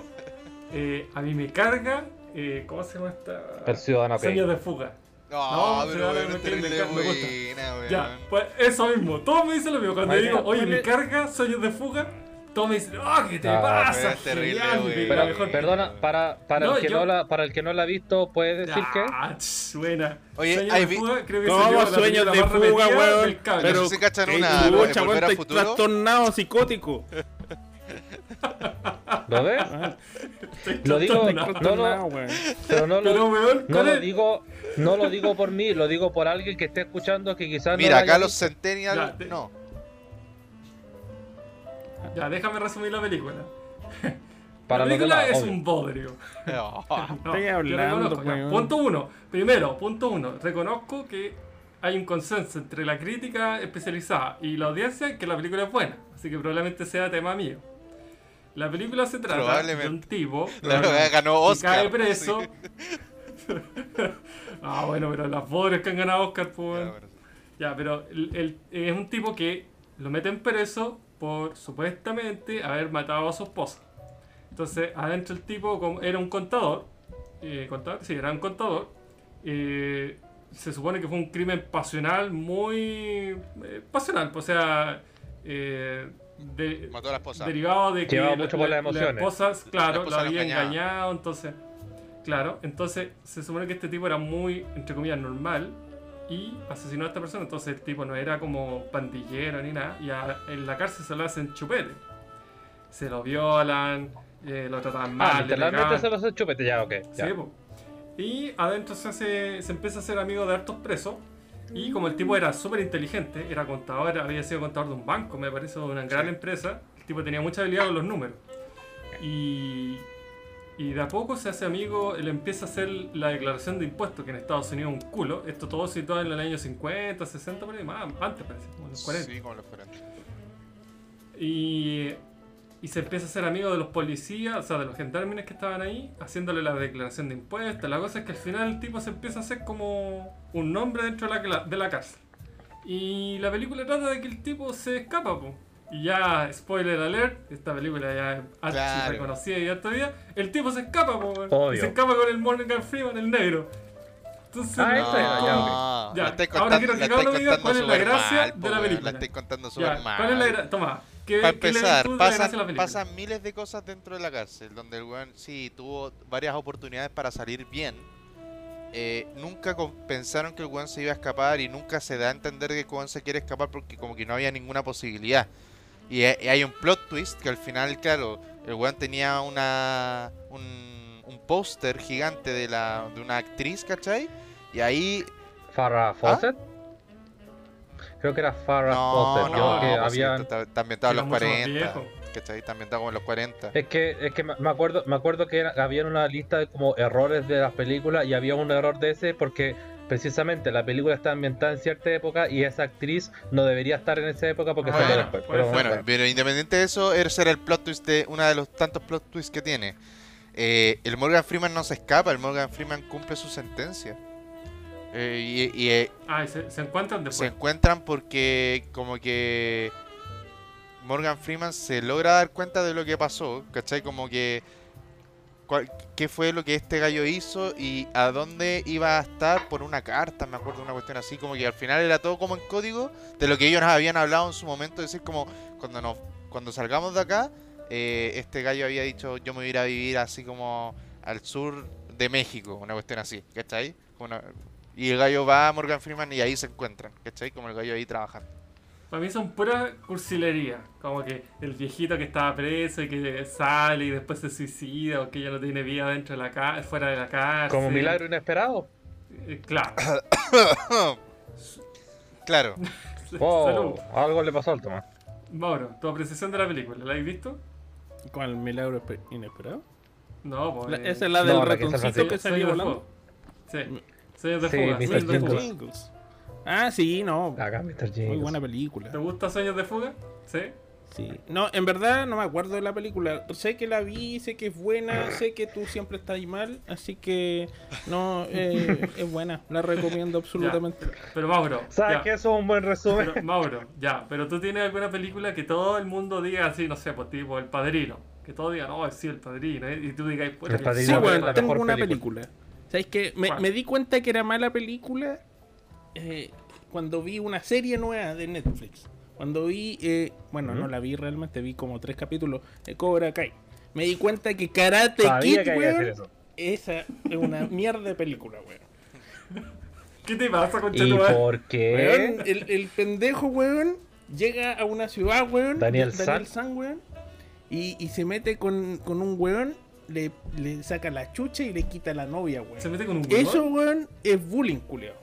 eh, a mí me carga, eh, ¿cómo se llama esta? El ciudadano Sueños Kane. de fuga. No, No, pero se weón, van a es meter en el terrible campo, me gusta. buena, weón. Ya, pues eso mismo, todos me dicen lo mismo. Cuando Oye, digo, oye, me ponle- carga, sueños de fuga, todos me dicen, ¡ah, qué te Ah, pero pasa! es terrible, genial, mi güey. película Pero, mejor". perdona, para, para, No, el que yo- no la, para el que no la ha visto, ¿puedes decir que? Ah, ch, buena. Oye, Sueños hay de vi- fuga, creo que ¿Cómo salió la sueños película de más fuga, repetida weón? del cable. Pero No sé si cachan que una tú, de chaval, Volver al estás Futuro. trastornado psicótico. ¿Lo ves? Estoy Lo digo, trastornado. no, Trastornado, no, weón. pero no Pero, lo, weón, no ¿cuál lo es? digo, no lo digo por mí, lo digo por alguien que esté escuchando que quizás no Mira, la haya acá los visto. Centennials. Ya, te- No. Ya, déjame resumir la película. para la los película demás, es obvio. un bodrio. No. No, Estoy yo hablando, reconozco, ya. weón. Punto uno. Primero, punto uno. Reconozco que hay un consenso entre la crítica especializada y la audiencia en que la película es buena, así que probablemente sea tema mío. La película se trata de un Probablemente. tipo La verdad ganó que cae Oscar. preso. sí. ah, bueno, pero las pobres que han ganado Oscar, pues. Ya, bueno, sí. Ya, pero el- el- es un tipo que lo meten preso por supuestamente haber matado a su esposa. Entonces, adentro el tipo como- era un contador. eh, ¿Contador? Sí, era un contador. eh, se supone que fue un crimen pasional, muy eh, pasional. O sea, eh, de- Mató a la esposa. derivado de que Llevado la- mucho por la- las la emociones. esposa, claro, La la, esposa lo había engañaba. engañado, entonces, claro, entonces se supone que este tipo era muy, entre comillas, normal y asesinó a esta persona, entonces el tipo no era como pandillero ni nada, y a- en la cárcel se lo hacen chupete, se lo violan, eh, lo tratan mal, Ah, le literalmente pegan. se lo hace chupete, ya, ok. ya. Sí, po. Y adentro se, hace, se empieza a ser amigo de hartos presos. Y como el tipo era súper inteligente, era contador, había sido contador de un banco, me parece, de una gran empresa, el tipo tenía mucha habilidad con los números. Y, y de a poco se hace amigo, él empieza a hacer la declaración de impuestos, que en Estados Unidos es un culo. Esto todo situado en el año 50, 60, por ahí, más, antes parece, como en los 40. Sí, como los 40. Y, y se empieza a ser amigo de los policías, o sea, de los gendarmes que estaban ahí, haciéndole la declaración de impuestos. La cosa es que al final el tipo se empieza a hacer como un nombre dentro de la, cla- de la cárcel. Y la película trata de que el tipo se escapa, po. Y ya, spoiler alert, esta película ya es archi Claro. reconocida y harto día. El tipo se escapa, po. weón. Obvio. Y se escapa con el Morgan Freeman, el negro. Entonces, Ah, el esto era, tipo- ya, ok. Ya, la estoy ahora contando, quiero que la Carlos estoy me diga cuál es la contando súper gracia mal, de po, la weón, película. estoy contando Ya, súper mal. ¿Cuál es la gra- Toma. ¿qué, Para qué le ves empezar, tú de la gracia a la pasan, película? pasan miles de cosas dentro de la cárcel, donde el weón sí tuvo varias oportunidades para salir bien. Eh, nunca co- pensaron que el weón se iba a escapar y nunca se da a entender que el weón se quiere escapar porque como que no había ninguna posibilidad. Y he- y hay un plot twist que al final, claro, el weón tenía una un, un póster gigante de la de una actriz, ¿cachai? Y ahí Farrah Fawcett. Creo que era Farrah ¿Ah? no, Fawcett. no, yo que no, pues sí, había- está, está ambientado en Era los mucho más 40, viejo. ¿cachai? Está ambientado como en los 40. Es que, es que me me acuerdo, me acuerdo que era- había una lista de como errores de las películas y había un error de ese porque precisamente la película está ambientada en cierta época y esa actriz no debería estar en esa época porque Ah, salió bueno, después. puede Pero ser. bueno, Bueno, pero independiente de eso, ese era el plot twist de uno de los tantos plot twists que tiene. Eh, el Morgan Freeman no se escapa, el Morgan Freeman cumple su sentencia. Eh, y y, eh, Ah, y se, se encuentran se después. encuentran porque como que Morgan Freeman se logra dar cuenta de lo que pasó, ¿cachai? Como que cuál- qué fue lo que este gallo hizo y a dónde iba a estar por una carta, me acuerdo una cuestión así, como que al final era todo como en código de lo que ellos habían hablado en su momento, es decir como cuando nos cuando salgamos de acá, eh, este gallo había dicho yo me voy a ir a vivir así como al sur de México, una cuestión así, ¿cachai? Como una- y el gallo va a Morgan Freeman y ahí se encuentran, ¿cachai? Como el gallo ahí trabajando. Para mí son puras cursilerías. Como que el viejito que estaba preso y que sale y después se suicida o que ya no tiene vida dentro de la ca- fuera de la cárcel. como milagro inesperado. Eh, claro. Claro, Wow, Salud. algo le pasó al Tomás. Mauro, tu apreciación de la película, ¿la habéis visto? ¿Con el milagro espe- inesperado? No, pues. La- eh, esa es la no, del la que se ratoncito recibe. que Sueños salió de volando. fuego. Sí. Sueños de Sí, fuga. Mr. Sueños de Mr. fuga. Jingles. Ah, sí, no. Acá Mr. Muy Jinx. buena ¿Te película. gusta Sueños de fuga? Sí. Sí. No, en verdad no me acuerdo de la película. Sé que la vi, sé que es buena, sé que tú siempre estás ahí mal, así que no, eh, es buena. La recomiendo absolutamente. Pero Mauro. ¿Sabes ya. que eso es un buen resumen? Pero, Mauro, ya, pero tú tienes alguna película que todo el mundo diga así, no sé, pues tipo El Padrino. Que todos digan, oh, sí, El Padrino. eh, Y tú digas, puta, El que Padrino sí, Sí, la bueno, bueno, mejor tengo una película. película. ¿Sabes qué? Me, ¿Cuál? me di cuenta que era mala película eh, cuando vi una serie nueva de Netflix. Cuando vi, eh, bueno, no la vi realmente, vi como tres capítulos de Cobra Kai. Me di cuenta que Karate Sabía Kid, que había que weón, decir eso. esa es una mierda de película, weón. ¿Qué te pasa, ¿Y conchetumadre? por qué? Weón, el, el pendejo, weón, llega a una ciudad, weón. Daniel San. San, weón. Y, y se mete con, con un weón, le, le saca la chucha y le quita la novia, weón. Se mete con un huevo. Eso, weón, es bullying, culiao.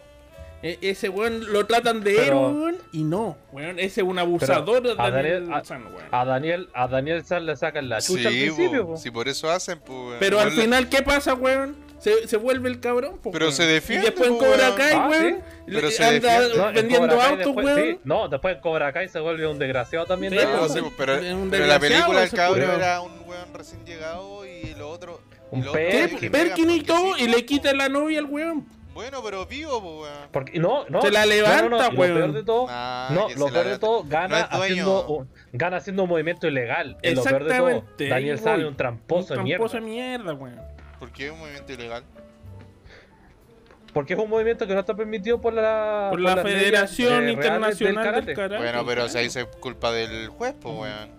E- ese weón lo tratan de Pero- héroe, weón, y no. Weón, ese es un abusador Pero a Daniel Daniel- a- San, weón. A Daniel, a Daniel San le sacan la chucha pues, al Sí, principio, po, po. si por eso hacen, pues. Pero al final, ¿qué pasa, weón? Se, se vuelve el cabrón, po, Pero weón. se defiende, Y después en po, Cobra weón. Kai, Ah, weón, sí. Pero le- se anda defiende. No, en vendiendo Cobra Kai autos, después- weón. sí, no, después Cobra Kai se vuelve un desgraciado también. Sí, ¿no? po. No, sí, po, pero, Es un pero en desgraciado la película el ese cabro culiao. era un weón recién llegado y el otro. Un y el otro perkin. Sí, Perkin le pegan Perkin y porque todo, sí, y po, le po. quita la novia al weón. Bueno, pero vivo, po, weón. Porque, no, no, Se la no, levanta, no, no, y weón. Lo peor de todo, Ah, no, que lo se la peor de levanta. todo, gana, No es dueño. haciendo un, gana haciendo un movimiento ilegal. Es lo peor de todo. Exactamente, ahí Daniel San voy. es un tramposo, un de tramposo mierda. de mierda, Ah, weón. Porque es un movimiento ilegal. Porque es un movimiento que no está permitido por la, Por la las leyes, eh, Federación reales Internacional del Karate. Bueno, pero pues, claro. se dice culpa del juez, pues, weón.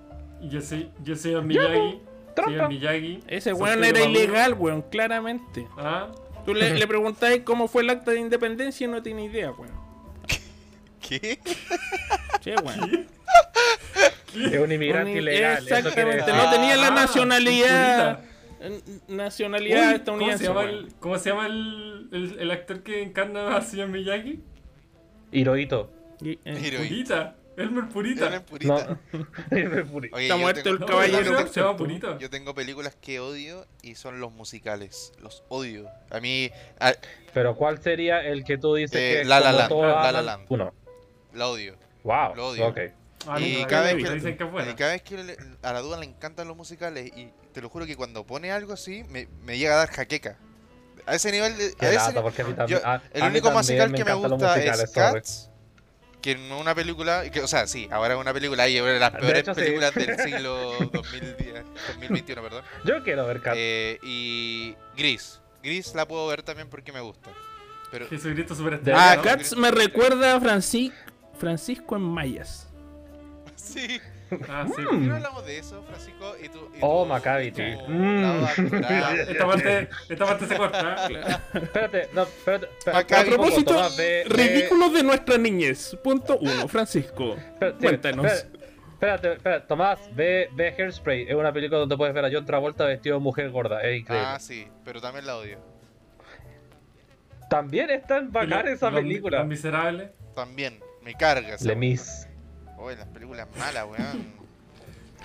Y yo soy, yo soy el Miyagi. Soy Trampa. el Miyagi. Ese soy weón Pedro era Maduro. ilegal, weón, claramente. Ah, Tú le, le preguntás cómo fue el acta de independencia y no tiene idea, weón. ¿Qué? Che, weón. Es un inmigrante Un- ilegal. eso quiere Exactamente, decir. no tenía Ah, la nacionalidad. culturita. eh, Nacionalidad Uy, ¿Cómo se estadounidense. llama, weón. el, cómo se llama el, el- el actor que encarna al señor Miyagi? Ah, Hirohito. Y- eh, Pero- Purita. Elmer Purita. Eran No. puritas. Elmer Purita. Oye, Está yo muerto tengo- el No, caballero. se llama- Se llama ¿cierto? Purita. Yo tengo películas que odio y son los musicales. Los odio. A mí, a- Pero ¿cuál sería el que tú dices Eh, que es La La como Land, todas La La las- Land. Uno. la odio. Wow. Lo odio. ok. Ah, y no, cada no, vez que- dicen que es Y buena. cada vez que le- a la duda le encantan los musicales y te lo juro que cuando pone algo así me, me llega a dar jaqueca. A ese nivel de... Qué a ese lata, ni- porque a mí también- yo- a- a el mí único también musical que me encantan los gusta es musicales, sorry. Cats, que no es una película... que- o sea, sí, ahora es una película y ahora es las De peores hecho, sí. películas del siglo 2010, 2021, perdón. Yo quiero ver Cat. Eh, y Gris. Gris la puedo ver también porque me gusta. Pero... Jesucristo Ah, Superestrella. ¿no? acá- Cats me recuerda a Franci- Francisco en Mayas. Sí. Ah, sí. Mm. ¿Por qué no hablamos de eso, Francisco? Y tu- y Oh, tu- Maccabi, y tu tío. lado Mm. actoral. Esta parte, esta parte se corta. ¿eh? Espérate, no, espérate. espérate, Acá A un poco, propósito, Tomás, ve- ve- ridículos de nuestra niñez. Punto uno, Francisco. espérate, Cuéntanos. Espérate, espérate, espérate, Tomás, ve, ve Hairspray. Es una película donde puedes ver a John Travolta vestido de mujer gorda. Es increíble. Ah, sí, pero también la odio. También está en bacán Los- esa los- película. Los miserables. También, me carga. esa Le weá. Mis. Oye, las películas malas, weón.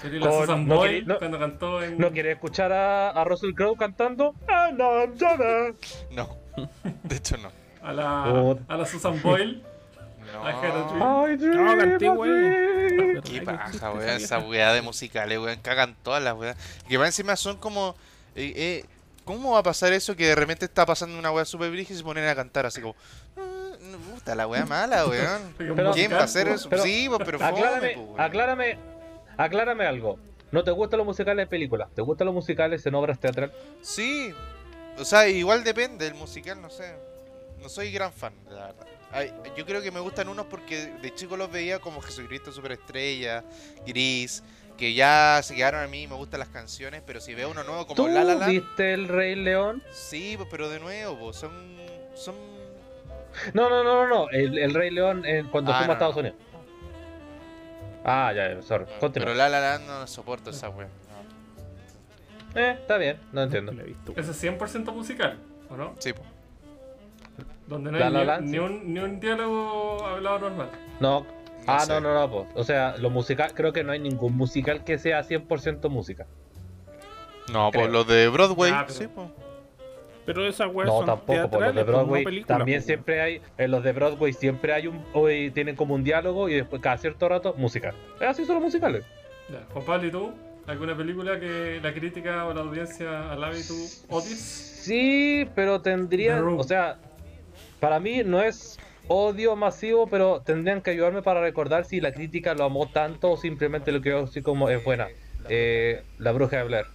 Pero y la Con- Susan Oh, no Boyle querí- no- cuando cantó en. ¿No quieres escuchar a, a Russell Crowe cantando? Ah, no, I'm Jonah. No. De hecho, no. a, la, Oh. a la Susan Boyle. I had a No. dream. I dream, No, canté, I güey. dream. Qué Ay, paja, existe weón. esa Esa weá de musicales, weón. Cagan todas las weas. Que más encima son como. eh, eh, ¿Cómo va a pasar eso que de repente está pasando una weá super virgen y se ponen a cantar así como. "Ah, no, Puta, la weá mala, weón. Pero- ¿Quién va a hacer eso? Pero- sí, pues, pero fome, Aclárame, pues, weón. aclárame, aclárame algo. ¿No te gustan los musicales de películas? ¿Te gustan los musicales en obras teatrales? Sí. O sea, igual depende el musical, no sé. No soy gran fan, la verdad. Ay, yo creo que me gustan unos porque de chico los veía como Jesucristo Superestrella, Gris, que ya se quedaron a mí, me gustan las canciones, pero si veo uno nuevo como ¿Tú La La Land, viste El Rey León? sí, pues, pero de nuevo, pues, son son No, no, no, no, no. El, el Rey León en- cuando Ah, fuimos no, a Estados no. Unidos. Ah, ya, sorry. pero Continúa. La La Land no la soporto esa wea. no. Eh, está bien, no entiendo. la he visto, weón. Eso es 100% musical, ¿o no? Sí, pues. Donde no La hay La ni- Land, ni, sí. un, ni un diálogo hablado normal. No. ah, sé. no, no, no, po. O sea, los musicales, creo que no hay ningún musical que sea 100% música. No, Creo. pues los de Broadway, Ah, pero- sí, pues. Pero esas weas Pues No, son tampoco, por los teatrales, de pues, no Broadway películas, también pues, siempre hay, en los de Broadway siempre hay un, hoy tienen como un diálogo y después cada cierto rato música. Es así son los musicales. Ya, Juan Pablo, ¿y tú? ¿Alguna película que la crítica o la audiencia alabe y tú odies? Sí, pero The tendrían, Room. o sea, para mí no es odio masivo, pero tendrían que ayudarme para recordar si la crítica lo amó tanto o simplemente lo que yo sí como es buena. Eh, la bruja de Blair.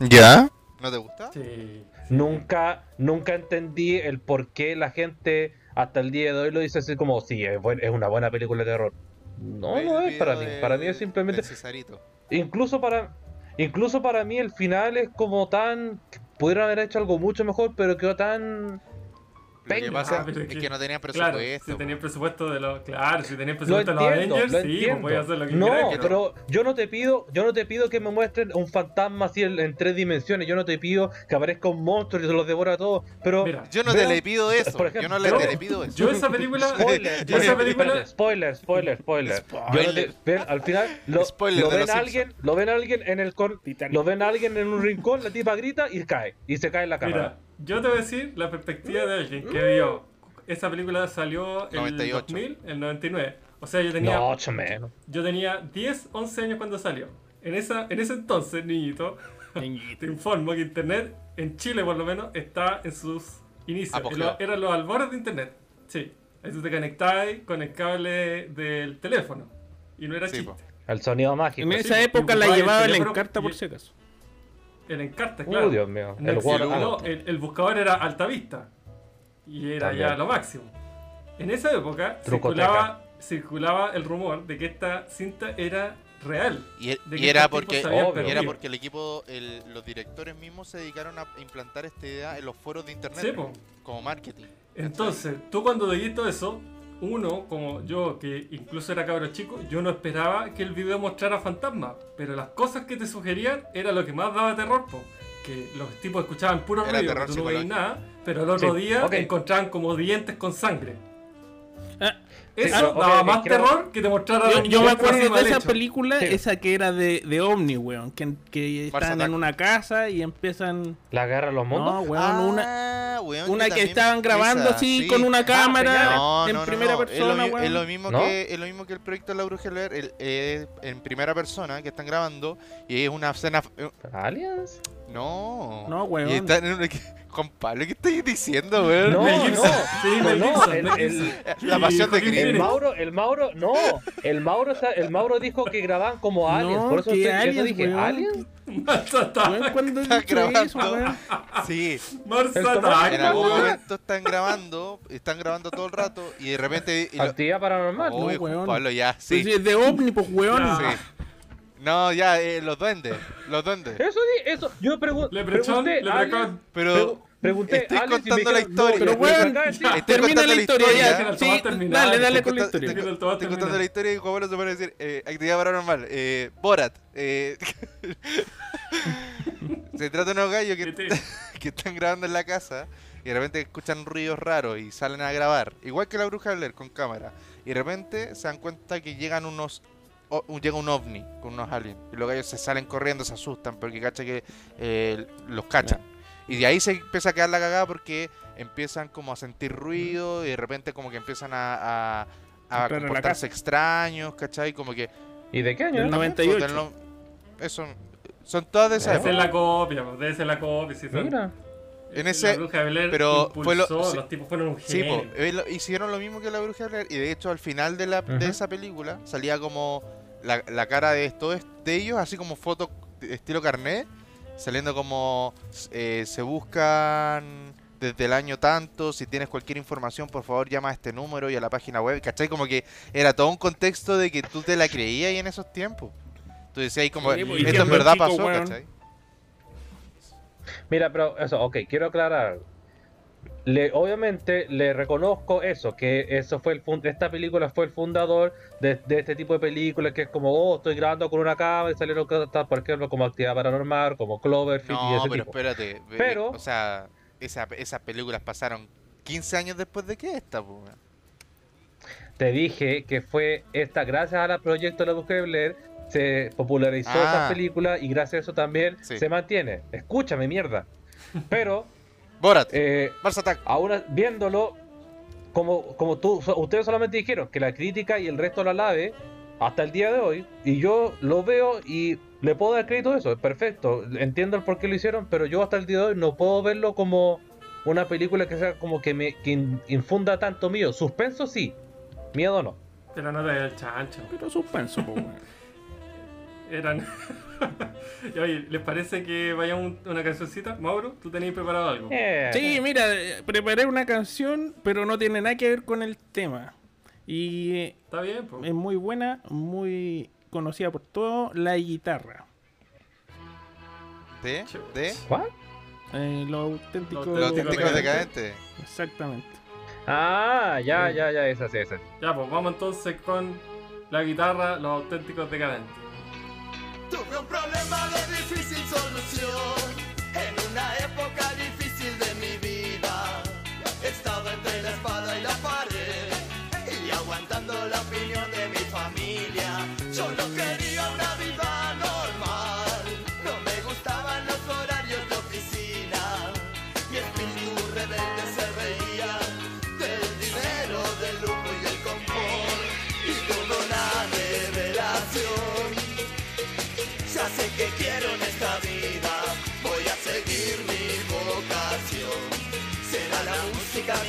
¿Ya? ¿No te gusta? Sí. Nunca, nunca entendí el por qué la gente hasta el día de hoy lo dice así como, sí, es, buen- es una buena película de terror. No, Ve no el es para mí. video Para de- mí es simplemente... de Cesarito. Incluso para, incluso para mí el final es como tan... Pudieron haber hecho algo mucho mejor, pero quedó tan... Lo que penca. pasa Ah, pero es que- que no tenían Claro, presupuesto. si po. tenían presupuesto de los. Claro, si tenían Lo presupuesto de Pues los entiendo, Avengers, lo sí, pues entiendo. voy a hacer lo que no, quieras. pero- pero yo no te pido, yo no te pido que me muestren un fantasma así en, en tres dimensiones, yo no te pido que aparezca un monstruo y se los devora a todos, pero Mira, Yo no Pero- te le pido eso. por ejemplo, yo no le, yo- te le pido eso. Yo esa película. spoiler, yo esa película. espérate, spoiler, spoiler, spoiler. Spoiler. Yo no te- ven, al final lo, Spoiler lo de ven los a alguien, lo ven a alguien en el con- Titanic. lo ven a alguien en un rincón, la tipa grita y cae, y se cae en la cámara. Mira, yo te voy a decir la perspectiva de alguien Mm. que vio. Esa película salió en el 98. 2000, el 99. O sea, yo tenía, no, ocho menos. yo tenía 10, 11 años cuando salió. En, esa, en ese entonces, niñito, te informo que Internet, en Chile por lo menos, está en sus inicios. Apogeo. En lo- eran los albores de Internet. Sí. Ahí tú te conectabas con el cable del teléfono. Y no era Sí, chiste. po. El sonido mágico. En Sí, esa pues, época y la ocupaba el llevaba la teléfono encarta por y- si acaso. En Encarta, Uh, claro. Dios mío. No El ah, existía- Word no, Art. el, el buscador era altavista. Y era También. ya lo máximo. En esa época Trucoteca. circulaba, circulaba el rumor de que esta cinta era real. Y, e- De y que era estos porque, tipos habían Obvio. y era perdido. porque el equipo, el- los directores mismos se dedicaron a implantar esta idea en los foros de internet Sí, po. como marketing. Entonces, tú cuando leí todo eso, uno, como yo, que incluso era cabro chico, yo no esperaba que el video mostrara fantasmas. Pero las cosas que te sugerían era lo que más daba terror, po. Que los tipos escuchaban puro Era ruido, terror que tú no veías psicológico. nada, pero el otro Sí, día ok. encontraban como dientes con sangre. Ah, Eso ah, ok, daba ok, más creo- terror que te mostrara Yo, un yo me monstruo acuerdo mal de esa hecho. película, Sí. esa que era de, de Omni, weón, que, que Mars están Attack. en una casa y empiezan... La guerra de los mundos. No, weón, una... Ah, weón, yo Una que también- estaban grabando esa, así sí. Ah, con una cámara señales. No, en no, no, primera no, es lo persona, mi- weón. Es lo, mismo ¿No? que, es lo mismo que el proyecto de la Bruja Leer, el- eh, en primera persona que están grabando y es una escena. eh, ¿Aliens? No, No, weón. Y están en una- Con Pablo, ¿qué estás diciendo, weón? No, Mel Gibson. no. Sí, Mel No, Gibson, el- Mel el- Gibson. La Y pasión de Cristo. Joaquín El Phoenix. Mauro, el Mauro, no. El Mauro, sa- el Mauro dijo que grababan como aliens. No, por eso, que estoy- eso aliens, dije, weón. ¿aliens? Mars Weón, Attack. ¿cuándo he Está dicho grabando. eso, weón? Pues Sí, Mars El Tomás Attack, en algún weón. momento están grabando, están grabando todo el rato y de repente. y lo- Oh. Actividad paranormal. Uy, no, Juan weón. Pablo, ya, Sí. sí. Es de Omni, pues, weón. Ya. sí. No, ya, eh, los duendes, los duendes. Eso di- eso. Yo pregun- Leprechón, pregunté. Leprechón. aliens, Pero pregu- pregunté estoy aliens y me contando la dijeron, historia. Este Pero, no, weón, acá sí. Estoy Termina contando la la historia, historia. ya. Déjala, Sí, Tomás, terminar. dale, dale Te con la cuento- historia. Déjala. Te, Lo vas a te terminar. contando la historia y Juan Pablo se pone a decir eh, actividad paranormal. Eh, Borat. eh, se trata de unos gallos que, ET. que están grabando en la casa y de repente escuchan ruidos raros y salen a grabar. Igual que la bruja Blair con cámara. Y de repente se dan cuenta que llegan unos. o- un- llega un ovni con unos aliens. Y los gallos se salen corriendo, se asustan porque cacha que eh, los cachan. Y de ahí se empieza a quedar la cagada porque empiezan como a sentir ruido y de repente como que empiezan a, a, a Entrar a la comportarse extraños, ¿cachai? Como que... ¿Y de qué año? Del era? 98. Puta, no- Eso... Son todas de esa Debe ser época. la copia, pues, debe ser la copia. sí, son- Mira. En la ese- Bruja de Blair pero impulsó, fue lo- sí. los tipos fueron un Sí, po, genio. eh, lo- hicieron lo mismo que la bruja de Blair, y de hecho al final de, la, de Ujú. esa película salía como la, la cara de todos de ellos, así como foto estilo carnet, saliendo como eh, se buscan desde el año tanto, si tienes cualquier información por favor llama a este número y a la página web, ¿cachai? Como que era todo un contexto de que tú te la creías ahí en esos tiempos. Tú decías ahí como, Sí, po, y esto siendo en verdad chico, pasó, weón. ¿cachai? Mira, pero eso, ok, quiero aclarar. algo. Le, obviamente le reconozco eso, que eso fue el fun- esta película fue el fundador de, de este tipo de películas que es como, oh, estoy grabando con una cámara y salieron cosas, por ejemplo, como Actividad Paranormal, como Cloverfield y No, ese pero tipo. espérate. ve- Pero- O sea, esa- esas películas pasaron 15 años después de que esta, po, weón. Te dije que fue esta, gracias a la proyecto La Mujer de Blair, se popularizó Ah. esa película y gracias a eso también Sí. se mantiene. Escúchame, mierda. Pero, Borat, eh, Mars Attack. ahora viéndolo, como, como tú, so- ustedes solamente dijeron que la crítica y el resto la lave hasta el día de hoy, y yo lo veo y le puedo dar crédito a eso, es perfecto, entiendo el por qué lo hicieron, pero yo hasta el día de hoy no puedo verlo como una película que sea como que me que in- infunda tanto miedo. Suspenso sí, miedo no. Pero no te dio el chancho. Pero suspenso, po, weón. Eran. Y Oye, ¿les parece que vaya un- una cancioncita? Mauro, ¿tú tenéis preparado algo? Eh, Sí, mira, eh, preparé una canción, pero no tiene nada que ver con el tema. Y eh, Está bien, po. es muy buena, muy conocida por todo, la guitarra. ¿De? Chuch. ¿De? ¿What? Eh, los auténticos. Los Los auténticos auténticos decadentes. decadentes. Exactamente. Ah, ya, ya, ya, esa, sí, esa. Ya, pues vamos entonces con la guitarra, los auténticos decadentes. Tuve un problema de difícil solución en una época difícil de mi vida. Estaba entre la espada y la pared y aguantando la opinión de mi familia. Solo quería una vida normal. No me gustaban los horarios de oficina. Mi espíritu rebelde se reía del dinero, del lujo y del confort. Y tuve una revelación. Ya sé que quiero en esta vida, voy a seguir mi vocación. Será la música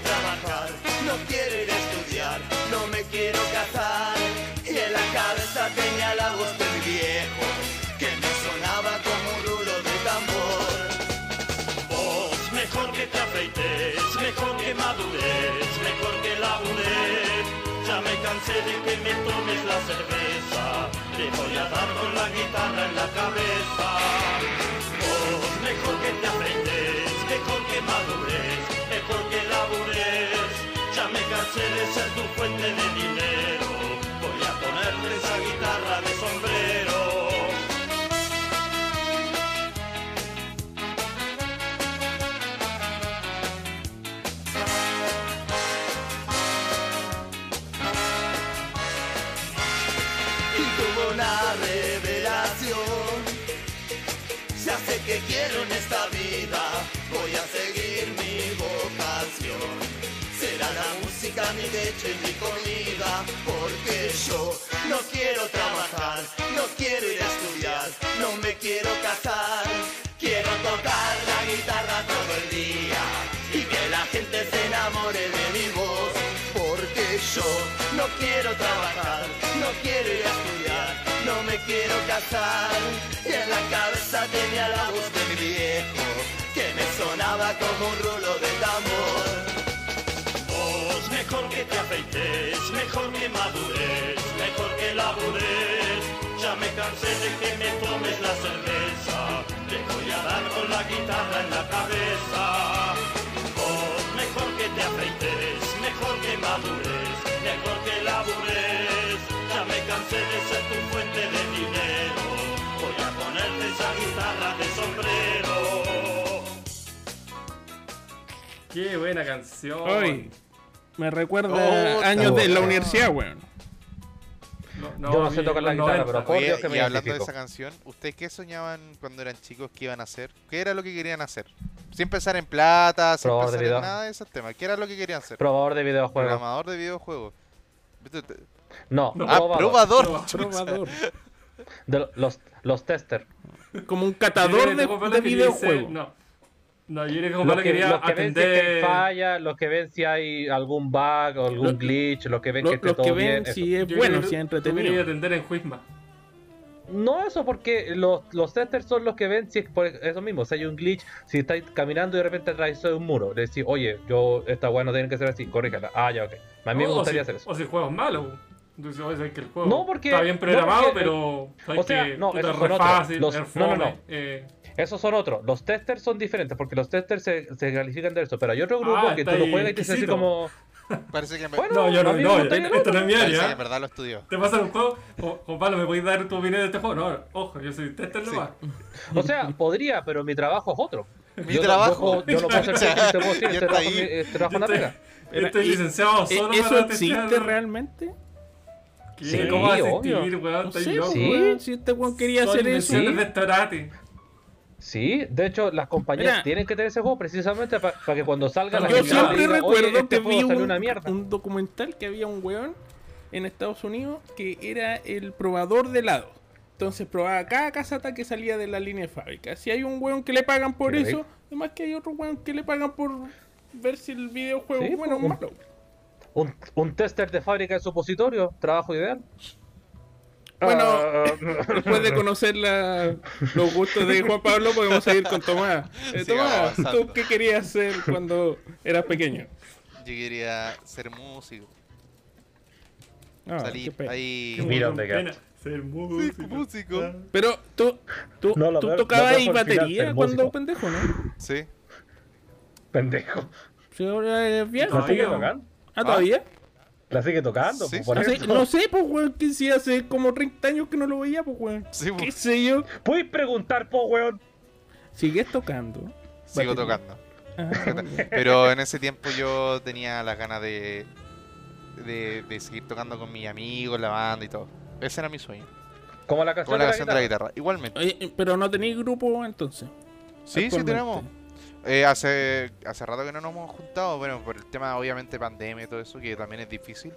trabajar, no quiero ir a estudiar, no me quiero casar. Y en la cabeza tenía la voz del viejo, que me sonaba como un rulo de tambor. Vos, mejor que te afeites, mejor que madures, mejor que labures. Ya me cansé de que me tomes la cerveza, te voy a dar con la guitarra en la cabeza. Vos, mejor que te afeites, mejor que madures, mejor que labures. Ya me cansé de ser tu fuente de dinero, voy a ponerte esa guitarra de sombrero. y tuvo una revelación. Ya sé que quiero en esta vida, voy a seguir mi vocación. Será la música mi leche y mi comida, porque yo no quiero trabajar, no quiero ir a estudiar, no me quiero casar. Quiero tocar la guitarra todo el día y que la gente se enamore de mi voz, porque yo no quiero trabajar, no quiero ir a estudiar, no me quiero casar. Y en la cabeza tenía la voz de mi viejo, que me sonaba como un rulo de tambor. Vos, mejor que te afeites, mejor que madures, mejor que labures. Ya me cansé de que me tomes la cerveza, te voy a dar con la guitarra en la cabeza. Vos, mejor que te afeites, mejor que madures, mejor que labures. Ya me cansé de ser tu fuente de dinero, voy a ponerte esa guitarra de sombrero. Qué buena canción. Hoy me recuerda Oh, años de la oh. universidad, weón. No, Yo no sé vi tocar la los guitarra, 90. Por pero- Oye, Dios que me y hablando de identifico. esa canción, ¿ustedes qué soñaban cuando eran chicos que iban a hacer? ¿Qué era lo que querían hacer? Sin pensar en plata, sin Probador de pensar video. en nada de esos temas. ¿Qué era lo que querían hacer? Probador de videojuegos. Programador de videojuegos. Viste, te- No, No. Ah, probador. probador. Probador. chucha. Probador. De lo- los, los testers. Como un Yo creo catador que de, tu papá de le quería decir- videojuegos. No, no, yo creo que tu Los papá le que, quería los que ven si es que atender. falla, los que ven si hay algún bug o algún Los- glitch, los que ven Lo- que esté los todo que bien. ven eso. si es Yo creo bueno, que si es tú- tú querías entretenido. atender en Juisma. No, eso porque los, los testers son los que ven si es por e, eso mismo, si hay un glitch, si estáis caminando y de repente atravesó de un muro, le decís, oye, yo esta weá no tiene que ser así, corríjala. Ah, ya, ok. A mí me O- o gustaría Oh, si- hacer eso. O si el juego es malo. Entonces, oye, sabes que el juego No, porque- está bien programado, no, porque- pero. sabes sea, que, no, puta, esos es son re otros. fácil, Los- es no, no, fome, no. eh, Esos son otros. Los testers son diferentes porque los testers se, se califican de eso, pero hay otro grupo Ah, que tú está lo ahí juegas y te dices así exquisito. como, Parece que me, bueno, No, yo a no, mí me no, yo- gustaría el esto no es otro. mi parece que área. en verdad lo estudió. ¿Te pasa un juego? Jo- Juan Pablo, ¿me podéis dar tu opinión de este juego? No, ojo, yo soy tester nomás. O sea, podría, pero mi trabajo es otro. Mi Yo no- trabajo. yo no puedo hacer tester, te puedo decir, Ya este está trabajo es ahí. mi- este trabajo es Yo una estoy, pega. yo estoy Era- licenciado ¿E- solo ¿Eso para testear. existe realmente? ¿Qué? Sí, ¿Cómo vas a obvio. existir, weón? No Estáis sé, loco. Sí. weón, si este weón quería Son hacer eso. invenciones de Storati. Sí, de hecho, las compañías Mira. tienen tienen que tener ese juego precisamente para que cuando salga la Yo Oye, siempre diga, recuerdo que vi un, este una mierda. un documental que había un weón en Estados Unidos que era el probador de helado. Entonces probaba cada casata que salía de la línea de fábrica. Si hay un weón que le pagan por Qué eso, rico. además que hay otro weón que le pagan por ver si el videojuego Sí, es bueno o pues, malo. Un, un tester de fábrica de supositorio, trabajo ideal. Bueno, Ah, Después de conocer la- los gustos de Juan Pablo, podemos seguir con Tomás. Eh, Sigamos Tomás, avanzando. ¿tú qué querías hacer cuando eras pequeño? Yo quería ser músico. Ah, Salí qué pena. ahí. Qué Mira buena dónde pena Ser músico. músico. Ah. Pero tú, tú, No, lo tú veo- tocabas lo veo ahí por el final, batería el cuando músico. pendejo, ¿no? Sí. Pendejo. Sí, ahora eres viejo. ¿La sigue po. tocando? Ah, todavía. ¿La sigue tocando? Sí, pues, por Ah, sí, eso. no sé, pues, weón, que sí, hace como 30 años que no lo veía, pues, weón. Sí, ¿Qué pues, sé yo? ¿Puedes preguntar, po, weón? Sigues tocando. Batería. sigo tocando. Ah, Pero en ese tiempo yo tenía las ganas de, de, de seguir tocando con mis amigos, la banda y todo. Ese era mi sueño. Como la canción, Con la canción de la guitarra. Igualmente. Oye, pero no tenéis grupo entonces. Sí, sí actualmente. tenemos. Eh, hace, hace rato que no nos hemos juntado, bueno, por el tema obviamente pandemia y todo eso, que también es difícil.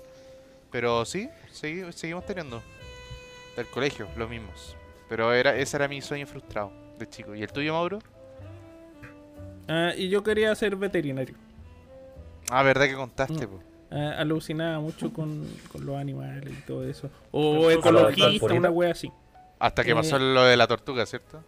Pero sí, segui- seguimos teniendo. Del colegio, los mismos. Pero era, ese era mi sueño frustrado de chico. ¿Y el tuyo, Mauro? Ah, y yo quería ser veterinario. Ah, verdad que contaste, po. Ah, alucinaba mucho con, con los animales y todo eso. O ¿a Entonces, la ecologista, tortuga? una wea así. Hasta que Eh. pasó lo de la tortuga, ¿cierto?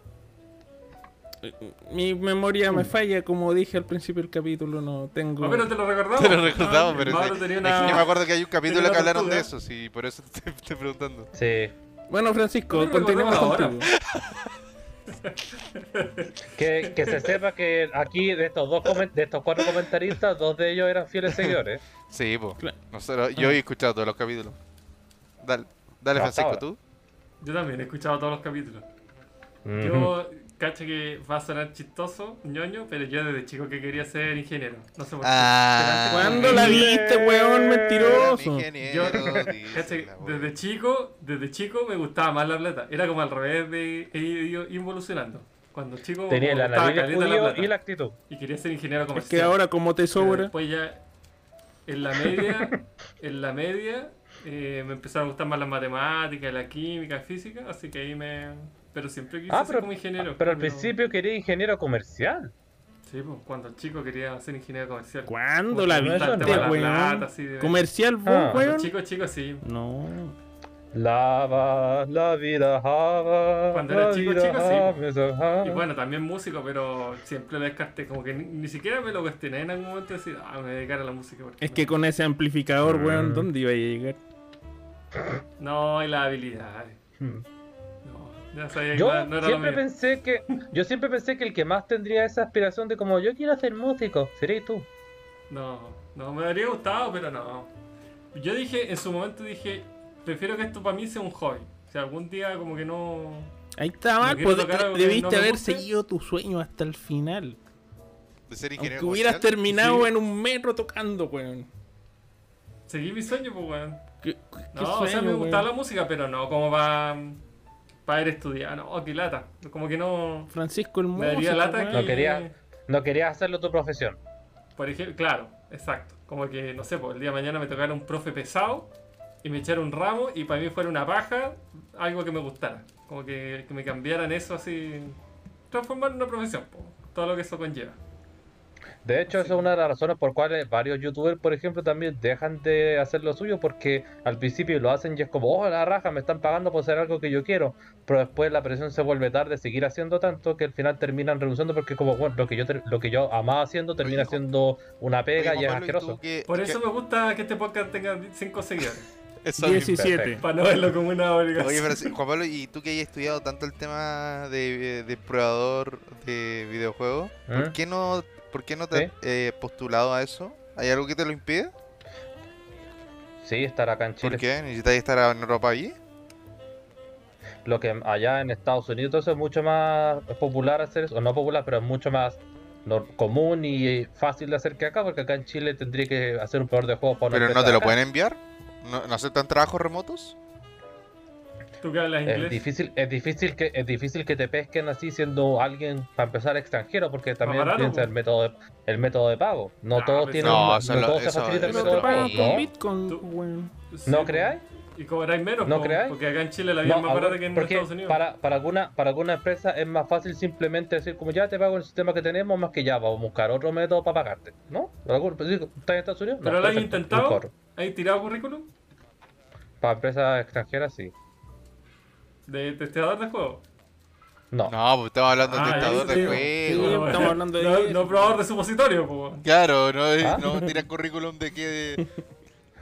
Mi memoria Mm. me falla, como dije al principio del capítulo, no tengo. Ah, pero te lo recordamos. Te lo recordaba, Ah, pero Mauro sí. tenía Es una- que yo me acuerdo que hay un capítulo una que hablaron de tortuga. eso, sí, por eso te estoy preguntando. Sí. Bueno, Francisco, Pero continuemos recordemos contigo. Que, que se sepa que aquí de estos dos comen- de estos cuatro comentaristas, dos de ellos eran fieles seguidores. Sí, po. Cla- Nosotros, yo he escuchado todos los capítulos. Dale, dale Hasta Francisco, ahora. tú. Yo también he escuchado todos los capítulos. Yo cacho que va a sonar chistoso, ñoño, pero yo desde chico que quería ser ingeniero. No sé por qué. Ah. Pero antes- ¿Cuándo la viste, weón? Gran Mentiroso. ingeniero, Yo- dice Cacha que la wea. desde chico, desde chico me gustaba más la plata. Era como al revés de he ido involucionando. Cuando chico Tenía me la gustaba nariz caleta la judío plata. y la actitud. y quería ser ingeniero Es comercial. que ahora, como te Pero sobra. Después ya en la media, en la media eh, me empezaron a gustar más las matemáticas, la química, la física, así que ahí me pero siempre quise Ah, ser pero, como ingeniero. pero al cuando- principio quería ingeniero comercial. Sí, pues, cuando chico quería ser ingeniero comercial. ¿Cuándo Puta, la no es viste, tanto para la weón? plata, así de- Comercial, vos, Ah. Cuando weón. chico, chico, sí. No. Lava, la vida, java. Cuando era la chico, vida, chico, sí, java, po. eso, java. Y bueno, también músico, pero siempre lo descarté. Como que ni, ni siquiera me lo cuestioné en algún momento decir, ah, me voy a dedicar a la música. porque Es que no". con ese amplificador, Ah. weón, Mm. ¿dónde iba a llegar? No, y las habilidades. Hmm. No, ya sabía que Yo eh, no, no era lo siempre mío. pensé que yo siempre pensé que el que más tendría esa aspiración de como yo quiero ser músico, serías tú. No, no, me habría gustado, pero no. Yo dije, en su momento dije, prefiero que esto para mí sea un hobby. O sea, algún día como que no... Ahí está No mal, quiero pues, tocar algo que debiste no me haber guste. seguido tu sueño hasta el final. De ser ingeniero Aunque hubieras comercial. terminado Sí. en un metro tocando, weón. Seguí mi sueño, pues, weón. ¿Qué, qué No, o sea, me sueño, gustaba weón? la música, pero no, como para... Para ir a estudiar, no, qué lata. Como que no... Francisco el Me músico, daría lata weón. que... No quería. No querías hacerlo tu profesión. Por ejemplo, claro, exacto. Como que, no sé, pues el día de mañana me tocara un profe pesado y me echara un ramo y para mí fuera una paja, algo que me gustara. Como que, que me cambiaran eso así, transformar en una profesión, po, todo lo que eso conlleva. De hecho, Sí. esa es una de las razones por cuales varios youtubers, por ejemplo, también dejan de hacer lo suyo porque al principio lo hacen y es como, oh, la raja, me están pagando por hacer algo que yo quiero. Pero después la presión se vuelve tarde, seguir haciendo tanto que al final terminan renunciando porque es como, bueno, lo que yo, ter- lo que yo amaba haciendo termina Oye, Juan- siendo una Oye, pega Juan y es Pablo, ¿y tú asqueroso. qué- Por qué- eso me gusta que este podcast tenga 5 seguidores, eso mismo. 17. Perfecto. para no verlo como una Oye, obligación. pero sí, Juan Pablo, ¿y tú que hayas estudiado tanto el tema de, eh, de probador de videojuegos? ¿Por ¿Mm? qué no, por qué no te has ¿Sí? eh, postulado a eso? ¿Hay algo que te lo impide? Sí, estar acá en Chile. ¿Por qué? ¿Necesitas estar en Europa allí? Lo que allá en Estados Unidos todo eso es mucho más popular hacer eso, o no popular, pero es mucho más nor- común y fácil de hacer que acá, porque acá en Chile tendría que hacer un peor de juego para una ¿Pero no empresa te de lo acá. pueden enviar? ¿No, no aceptan trabajos remotos? Tú que hablas Es inglés, difícil, es difícil que es difícil que te pesquen así siendo alguien para empezar extranjero porque también barato, piensa pues. el método de, el método de pago. No Ah, todos pues tienen no, no, eso no lo- todos se eso- facilita el Pero eso método te de pagan pago, con ¿no? Bitcoin, Tú- weón. Sí, ¿No po. creáis? y cobráis menos, ¿No po, creáis? porque acá en Chile la vida No, es más ahora- barata que en porque Estados Unidos. para, para alguna para alguna empresa es más fácil simplemente decir como ya te pago el sistema que tenemos más que ya vamos a buscar otro método para pagarte, ¿no? Algún- pues, digo, ¿Estás en Estados Unidos? No, ¿Pero lo has perfecto, un intentado? corro. ¿Has tirado currículum? Para empresas extranjeras sí. de testeador de juego. No. No, pues estamos hablando de Ah, un testador eso de digo. Sí, juego. estamos hablando de- No, no probador de supositorio, po. Claro, no, es- ¿Ah? no tiran currículum de que.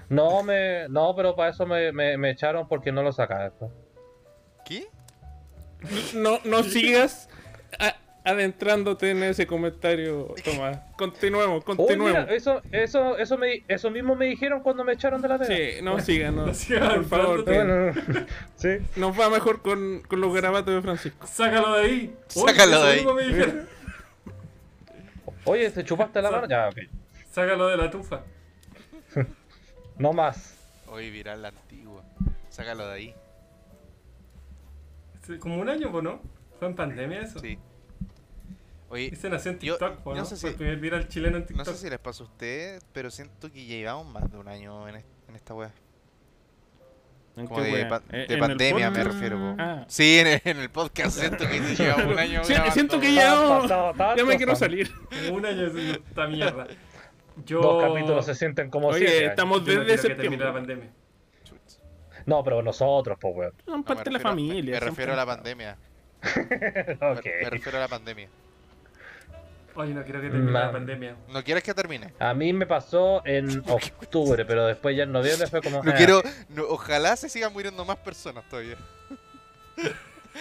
No, me, no pero para eso me, me, me echaron porque no lo sacaba después. ¿Qué? No, no sigas a- adentrándote en ese comentario, Tomás. Continuemos, Oh, mira, continuemos. eso, eso, eso, me, eso mismo me dijeron cuando me echaron de la tele. Sí, no sigas, no. No sigas Por favor, adentrándote. Tomás. Bueno, sí. nos va mejor con, con los garabatos de Francisco. Sácalo de ahí. Uy, Sácalo eso de ahí. mismo me dijeron. Oye, ¿te chupaste la mano? Ya, ok. Sácalo de la tufa. No más. Hoy viral la antigua. Sácalo de ahí. Sí, Como un año, po, ¿no? Fue en pandemia eso. Sí. Oye, Ese nació en Yo- TikTok, po, no ¿no? sé si- Fue el primer viral chileno en no TikTok. sé si les pasa a ustedes, pero siento que llevamos más de un año en, es- en esta wea. Como de, pa- Eh, Eh, de pandemia me refiero. po. Ah. Sí, en el, en el podcast siento que llevamos un año. Sí, grabando. siento que Ya ya, han pasado Ah. ya tantos me quiero años. salir. Como un año haciendo esta mierda. Yo... Dos capítulos se sienten Oh, como Oye, siete años. estamos yo no desde quiero que termine la septiembre. pandemia. Chuts. No, No, pero nosotros, pues, weón. Son me parte de la refiero- me- familia. Me, son refiero a la pandemia. Me- Ok. me refiero a la pandemia. Oye, no quiero que termine la Ma- pandemia. ¿No quieres que termine? A mí me pasó en octubre, pero después ya en noviembre fue como. No eh. quiero. no- ojalá se sigan muriendo más personas todavía.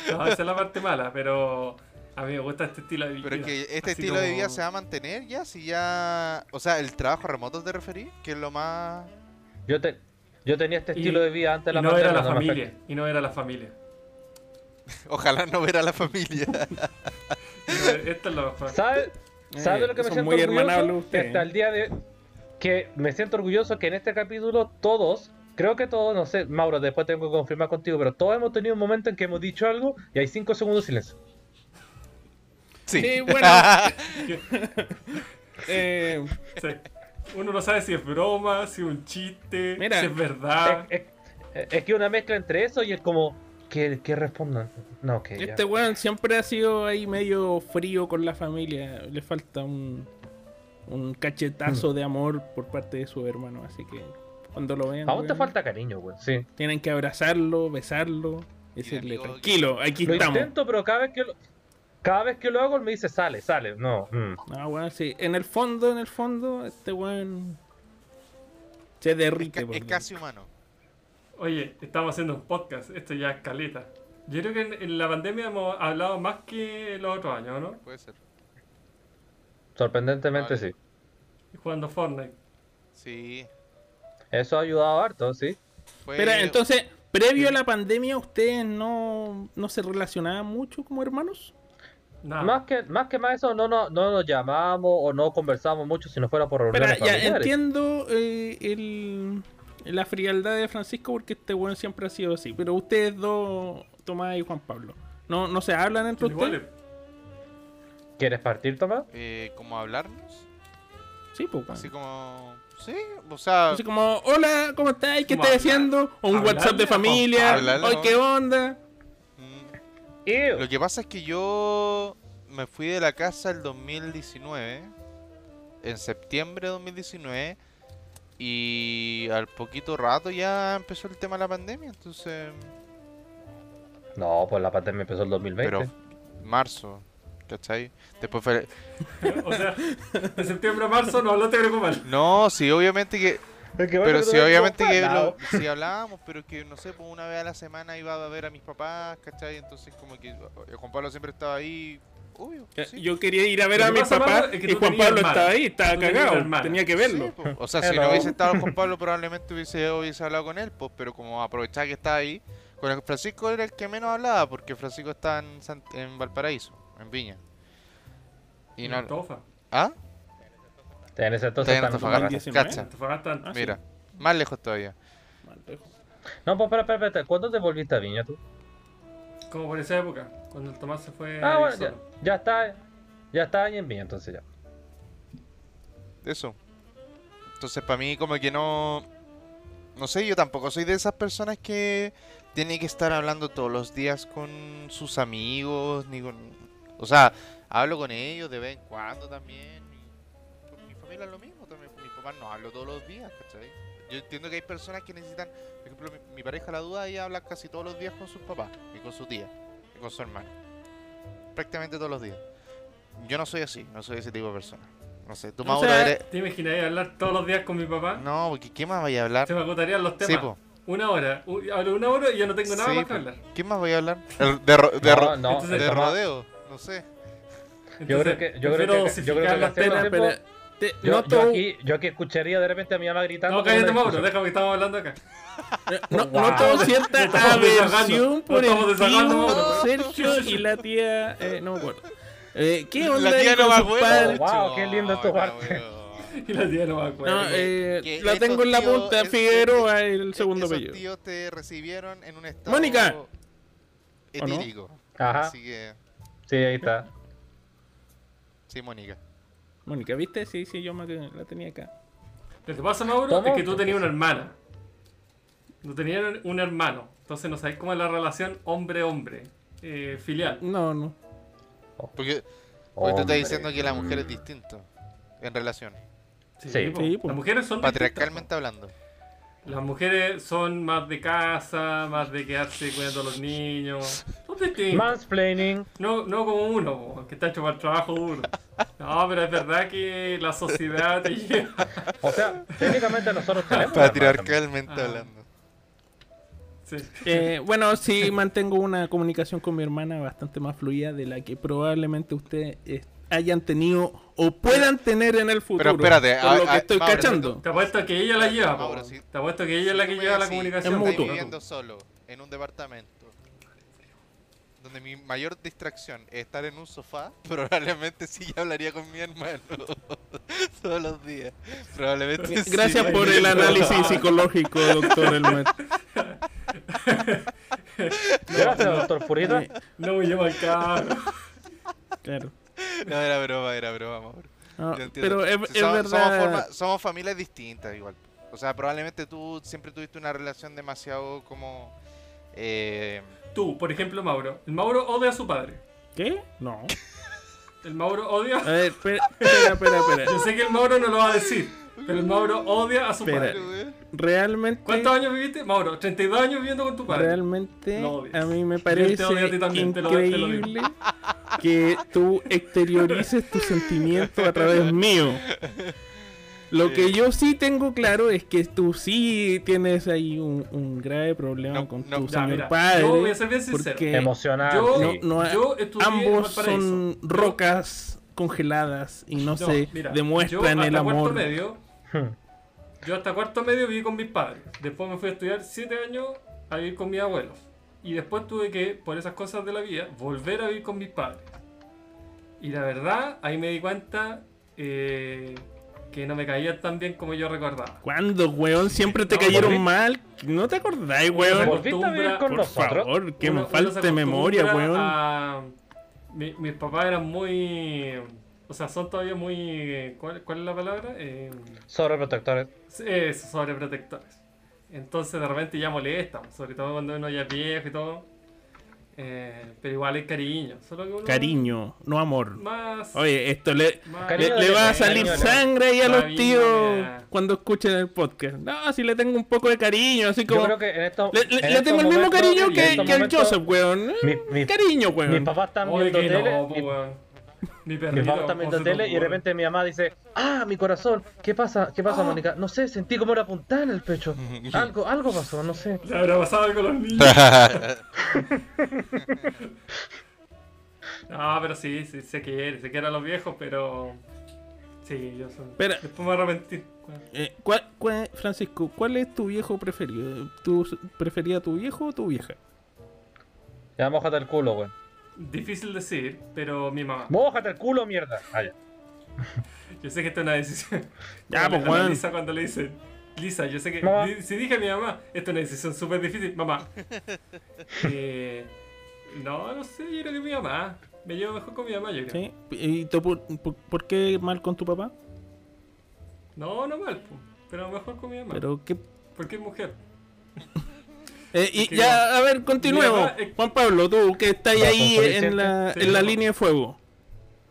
No, esa es la parte mala, pero... A mí me gusta este estilo de vida. Pero es que este Así estilo de vida como- se va a mantener ya, si ya. O sea, el trabajo remoto te referí, que es lo más. "Ah, Yo, te- yo tenía este Y- estilo de vida antes de Y la no era pandemia, la no me familia. Y no era la familia. Ojalá no ver a la familia. Esto es lo mejor. ¿Sabes Eh, ¿sabe lo que me son siento muy hermanables orgulloso? Que ustedes. hasta el día de que me siento orgulloso que en este capítulo todos, creo que todos, no sé, Mauro, después tengo que confirmar contigo, pero todos hemos tenido un momento en que hemos dicho algo y hay cinco segundos de silencio. Sí. Sí, bueno. Eh, Sí. Uno no sabe si es broma, si es un chiste, Mira, si es Ah. verdad. Es, es- es que una mezcla entre eso y es como, ¿qué, qué respondan? No, que ya. este weón siempre ha sido ahí medio frío con la familia. Le falta un, un cachetazo Mm. de amor por parte de su hermano. Así que cuando lo vean, Aún te weón, falta cariño, güey. Sí. tienen que abrazarlo, besarlo. y Decirle, amigo que- tranquilo, aquí Lo estamos. intento, pero cada vez que lo, cada vez que lo hago, él me dice, sale, sale. No. mm. No, weón, sí. En el fondo, en el fondo, este weón se Es, ca- derrite. es por dentro. casi humano. eh. Oye, estamos haciendo un podcast, esto ya es caleta. Yo creo que en, en la pandemia hemos hablado más que los otros años, ¿no? Puede ser. Sorprendentemente Vale. sí. Jugando Fortnite. Sí. Eso ha ayudado harto, sí. Fue- Espera, entonces, previo a la pandemia, ¿ustedes no, no se relacionaban mucho como hermanos? Nada. Más que más que más eso, no, no, no nos llamamos o no conversamos mucho si no fuera por reuniones Espera, ya familiares. entiendo eh, el- la frialdad de Francisco porque este weón siempre ha sido así. Pero ustedes dos, Tomás y Juan Pablo, ¿no, no se hablan entre ustedes? Igual, ¿Quieres partir, Tomás? Eh, como hablarnos. Sí, pues, weón. Así Así, como. Sí, o sea. como, hola, ¿cómo estáis? ¿Qué Como estás hablar- haciendo? O un hablarle WhatsApp de a Juan familia. Pablo, ¿no? Oye, ¿qué onda? mm, Ew. Lo que pasa es que yo me fui de la casa el 2019, en septiembre de 2019, y al poquito rato ya empezó el tema de la pandemia, entonces... No, pues la pandemia empezó el 2020. Pero marzo, ¿cachai? Después fue... O sea, de septiembre a marzo no hablaste creo que mal. No, sí, obviamente que... Es que bueno, Pero que sí, todavía obviamente no que hablado. lo, sí hablábamos, pero que no sé, pues una vez a la semana iba a ver a mis papás, ¿cachai? Entonces como que eh, Juan Pablo siempre estaba ahí, obvio. sí. Eh, Yo quería ir a ver a Lo que mi pasa, papá Pablo, es que y tú Juan tenías Pablo hermana. estaba ahí, estaba Tú tenías cagado. hermana. pues. Tenía que verlo. Sí, po. o sea, si Hello. no hubiese estado con Pablo, probablemente hubiese, hubiese hablado con él, pues, pero como aprovechaba que estaba ahí, con el Francisco era el que menos hablaba, porque Francisco estaba en, Sant- en Valparaíso, en Viña. Y no... Tofa. ¿Ah? En ese entonces Está en están- Antofagasta. Antofagasta, 2019. cacha. Antofagasta. sí. Mira, más lejos todavía. No, pues espera, espera, espera, ¿Cuándo te volviste a Viña tú? Como por esa época, cuando el Tomás se fue ah, a bueno, vivir ya, solo. ya está. Ya está ahí en Viña, entonces ya. Eso. Entonces, para mí, como que no... No sé, yo tampoco soy de esas personas que tiene que estar hablando todos los días con sus amigos, ni con... O sea, hablo con ellos de vez en pues, cuando también. y con mi familia es lo mismo también. Con mi papá no hablo todos los días, ¿cachai? Yo entiendo que hay personas que necesitan, por ejemplo, mi, mi pareja la duda, ella habla casi todos los días con sus papás y con su tía y con su hermano. Prácticamente todos los días. Yo no soy así, no soy ese tipo de persona. No sé, tú O Mauro sea, eres... ¿Te imagináis hablar todos los días con mi papá? No, porque ¿qué más vaya a hablar? Se me agotarían los Sí, temas. po. una hora. Un- Hablo una hora y ya no tengo nada Sí, más que po. hablar. ¿Quién más vaya a hablar? El- de ro- de ro- No, no, Entonces, de el papá- rodeo, no sé. Entonces, creo que- yo creo prefiero que- yo creo dosificar que las hacemos- temas. Espera, espera. Te- pues. Yo, noto yo un- aquí, yo aquí escucharía de repente a mi mamá gritando. No, con una cállate, Mauro, discusión. déjame que estamos hablando acá. No, Wow. no tengo cierta Lo estamos aversión desahogando, por lo el estamos desahogando, tío Mauro. Sergio y la tía. eh, no me acuerdo. Eh, ¿Qué onda La tía ahí no con va a sus padres? Wow, qué lindo No, tu la parte. weón. Y la tía no me acuerdo. No, eh, que la tengo en la estos punta, tíos- Figueroa, es- el segundo Esos apellido. tíos te recibieron en un estado... ¡Mónica! ¿O no? Ah. Etírico. Ajá, Así que... sí, ahí está. Sí, Mónica. Mónica, ¿viste? Sí, sí, yo me la tenía acá. Lo que pasa, Mauro, ¿Cómo? es que tú tenías una hermana. No tenías un hermano. Entonces no sabéis cómo es la relación hombre-hombre. eh, filial. No, no. Porque, porque tú estás Hombre. diciendo que la mujer es distinta en relación, Sí, po. sí, po. Las mujeres son. patriarcalmente hablando. distintas. Las mujeres son más de casa, más de quedarse cuidando a los niños. Son distintas. Mansplaining. No, no como uno, po, que está hecho para el trabajo duro. No, pero es verdad que la sociedad te lleva. O sea, técnicamente nosotros tenemos. una hermana Patriarcalmente Ah. hablando. Sí. Eh, bueno, sí mantengo una comunicación con mi hermana bastante más fluida de la que probablemente ustedes eh, hayan tenido o puedan tener en el futuro. espérate, por a- lo a- que estoy Mauro, cachando. Te apuesto que ella la lleva. po. Mauro, sí. Te apuesto que ella es la que Tú me lleva la decís, comunicación. Es po, mutuo. Estoy no viviendo tú. solo en un departamento donde mi mayor distracción es estar en un sofá. Probablemente sí ya hablaría con mi hermano todos los días. Probablemente sí. Gracias por el análisis psicológico, doctor Elmer. Gracias, doctor Furita. Eh, No me lleva al carro. claro. No, era broma, era broma, Mauro. No, Yo entiendo. pero es, Sí, es somos, somos, verdad. forma- somos familias distintas igual. O sea, probablemente tú siempre tuviste una relación demasiado como... eh, Tú, por ejemplo, Mauro. El Mauro odia a su padre. ¿Qué? No. El Mauro odia. A ver, espera, espera, espera. Yo espera. sé que el Mauro no lo va a decir, pero el Mauro odia a su Espera. padre. ¿eh? Realmente. ¿Cuántos años viviste, Mauro? 32 años viviendo con tu padre. Realmente Lo odias. a mí me te parece odio a ti también, te lo- te lo digo. increíble que tú exteriorices tu sentimiento a través mío. Lo que yo sí tengo claro es que tú sí tienes ahí un, un grave problema No, con no, tu ya, señor mira, padre. yo voy a ser bien sincero. porque Emocional. Yo- no- sí. no ha- Yo estudié ambos en Valparaíso. son Yo- rocas congeladas y no, No, se mira, demuestran yo el hasta Cuarto amor. medio, yo hasta cuarto medio viví con mis padres. Después me fui a estudiar 7 años a vivir con mis abuelos. Y después tuve que, por esas cosas de la vida, volver a vivir con mis padres. Y la verdad, ahí me di cuenta eh, que no me caían tan bien como yo recordaba. ¿Cuándo, weón? Siempre te No, cayeron volví. mal. ¿No te acordáis, se weón? ¿Volviste a vivir acostumbra- con Por nosotros? favor, que Uno- me uno se falte acostumbra memoria, weón. a- Mi- mis papás eran muy. O sea, son todavía muy. ¿Cuál, cuál es la palabra? Eh, Sobreprotectores. eh, sobreprotectores. Entonces de repente ya molestan, sobre todo cuando uno ya es viejo y todo. Eh, pero igual es cariño. Solo que uno Cariño, no amor. Más. Oye, esto le, más- le, Cariño le de- va a cariño salir de- sangre ahí a los Cariño tíos de- cuando escuchen el podcast. No, si le tengo un poco de cariño, así Yo como... creo que en estos. Le, le- en le estos tengo el mismo momentos- cariño en que, estos que al momentos, Joseph, weón. mi- mi- cariño, Mis weón. papás están Oye, viendo que tele. no, mi- pues, weón. Mi Mi perrito. papá está viendo tele y de repente mi mamá dice, ah, mi corazón, ¿qué pasa? ¿Qué pasa, Mónica? No sé, sentí como una puntada en el pecho. Algo, algo pasó, no sé. Le habrá pasado algo a los niños. No, pero sí, sí, se quiere, se quiere a los viejos, pero. Sí, yo soy. Espera. Después me arrepentí. Eh, ¿cuál- cuál- Francisco, ¿cuál es tu viejo preferido? ¿Tú prefería tu viejo o tu vieja? Ya, mójate el culo, weón. Difícil decir, pero mi mamá. Mójate el culo, mierda. Ah, ya. Yo sé que esta es una decisión. Ya, Cuando pues, le- a la weón. Lisa cuando le dicen. Lisa, yo sé que. Mamá. di- Si dije a mi mamá, esta es una decisión súper difícil. Mamá. Eh, no, no sé, yo creo que mi mamá. Me llevo mejor con mi mamá, yo creo. ¿Sí? ¿Y tú por, por- por qué mal con tu papá? No, no mal, po, pero mejor con mi mamá. Pero qué... Porque es mujer. Eh, y Que- ya, a ver, continuemos. Mira, eh, Juan Pablo, tú que estás ¿Razón ahí suficiente? en la, Sí, en la no. línea de fuego.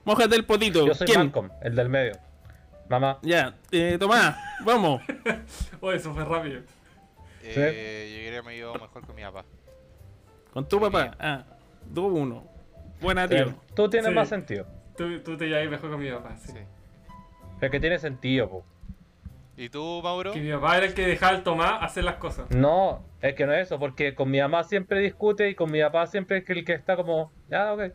Mójate el potito. Yo soy ¿Quién? Malcolm, el del medio. Mamá. Ya, eh, Tomás, vamos. Oh, eso fue rápido. Eh, Yo creo que me iba mejor con mi papá. Con tu papá. Ah, 2-1. Buena, tío. Eh, Tú tienes Sí. más sentido. Tú, tú te llevas mejor con mi papá, sí. Sí. Es que tiene sentido, po. ¿Y tú, Mauro? Que mi papá era el que dejaba al Tomás hacer las cosas. No, es que no es eso, porque con mi mamá siempre discute y con mi papá siempre es que el que está como, ya, ok.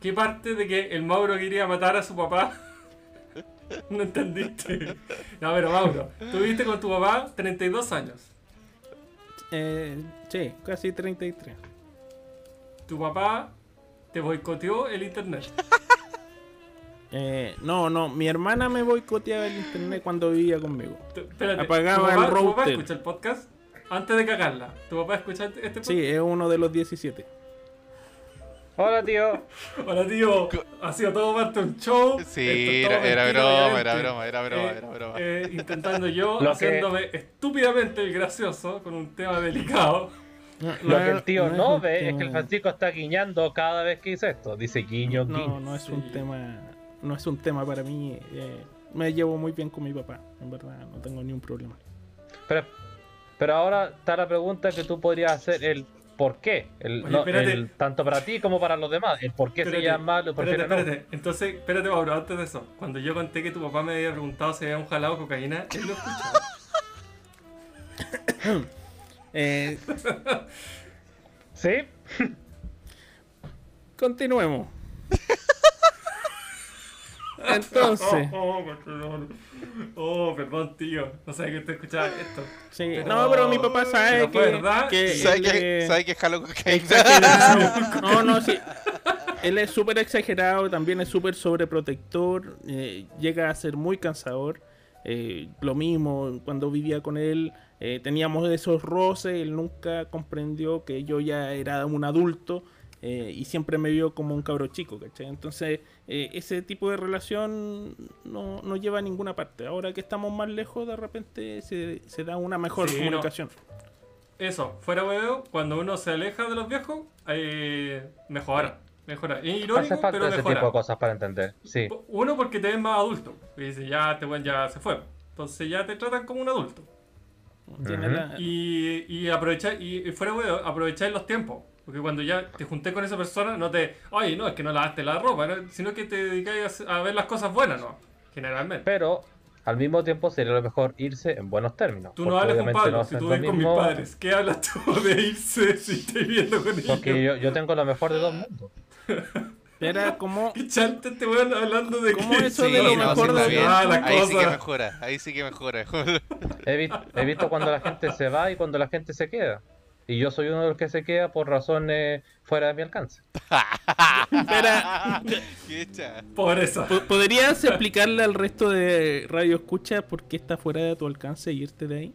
¿Qué parte de que el Mauro quería matar a su papá? No entendiste. No, pero Mauro, tuviste con tu papá 32 años. Eh, sí, casi 33. Tu papá te boicoteó el internet. Eh, no, no, mi hermana me boicoteaba el internet cuando vivía conmigo. Tu- espérate, Apagaba tu el papá, tu papá router. escucha el podcast antes de cagarla. Tu papá escucha este podcast. Sí, es uno de los 17. Hola, tío. Hola tío, ha sido todo parte de un show. Sí, Esto es todo era- era mentira, broma, obviamente. era broma, era broma, Eh, era broma. eh, intentando yo, Lo que- haciéndome estúpidamente el gracioso con un tema delicado. Lo que el tío no, es ve un es que el tema- Francisco está guiñando cada vez que dice esto. Dice guiño, No, guiño. no es Sí. un tema. No es un tema para mí. eh, me llevo muy bien con mi papá. En verdad, no tengo ni un problema. Pero, pero ahora está la pregunta que tú podrías hacer el por qué. El, Oye, no, espérate. el- tanto para ti como para los demás. El por qué se Espérate, llama malo, por qué espérate, no. espérate. Entonces, espérate, Mauro, antes de eso. Cuando yo conté que tu papá me había preguntado si había un jalado de cocaína, él lo escuchó. Eh, ¿Sí? continuemos. Entonces, Oh, oh, perdón. Oh, perdón, tío. No sabía que usted escuchaba esto. sí, pero- no, pero mi papá sabe pero que. fue verdad. que ¿Sabes él qué? es- ¿Sabes qué es Halo exagerado. No, no, sí. Él es súper exagerado, también es súper sobreprotector, eh, llega a ser muy cansador. Eh, lo mismo, cuando vivía con él, eh, teníamos esos roces, él nunca comprendió que yo ya era un adulto eh, y siempre me vio como un cabro chico, ¿cachai? Entonces, eh, ese tipo de relación no, no lleva a ninguna parte. Ahora que estamos más lejos, de repente se, se da una mejor Sí, no. comunicación. Eso, fuera hueveo, cuando uno se aleja de los viejos, eh, mejora. Mejora. Es irónico, Hace falta pero ese mejora. tipo de cosas para entender. Sí. Uno porque te ven más adulto. Y dice, ya este weón ya se fue. Entonces ya te tratan como un adulto. Tiene Ujú. la- Y, y aprovechar, y, y fuera huevo, aprovechar los tiempos. Porque cuando ya te junté con esa persona, no te. Oye, no, es que no lavaste la ropa, ¿no? sino que te dedicáis a, a ver las cosas buenas, ¿no? Generalmente. Pero al mismo tiempo sería lo mejor irse en buenos términos. Tú no porque hablas con obviamente Pablo, no si es tú lo ves con mis mismo, padres. ¿Qué hablas tú de irse si estoy viendo con ellos? Porque yo, yo tengo lo mejor de dos mundos. Era como Qué chanta este weón hablando de ¿Cómo que- eso de lo mejor sí, de- está está bien. bien. Ah, las Ahí sí que cosas. mejora, ahí sí que mejora. He, vi- he visto cuando la gente se va y cuando la gente se queda. Y yo soy uno de los que se queda por razones fuera de mi alcance. Espera. Qué hecha. Pobreza. Po- ¿Podrías explicarle al resto de Radio Escucha por qué está fuera de tu alcance y irte de ahí?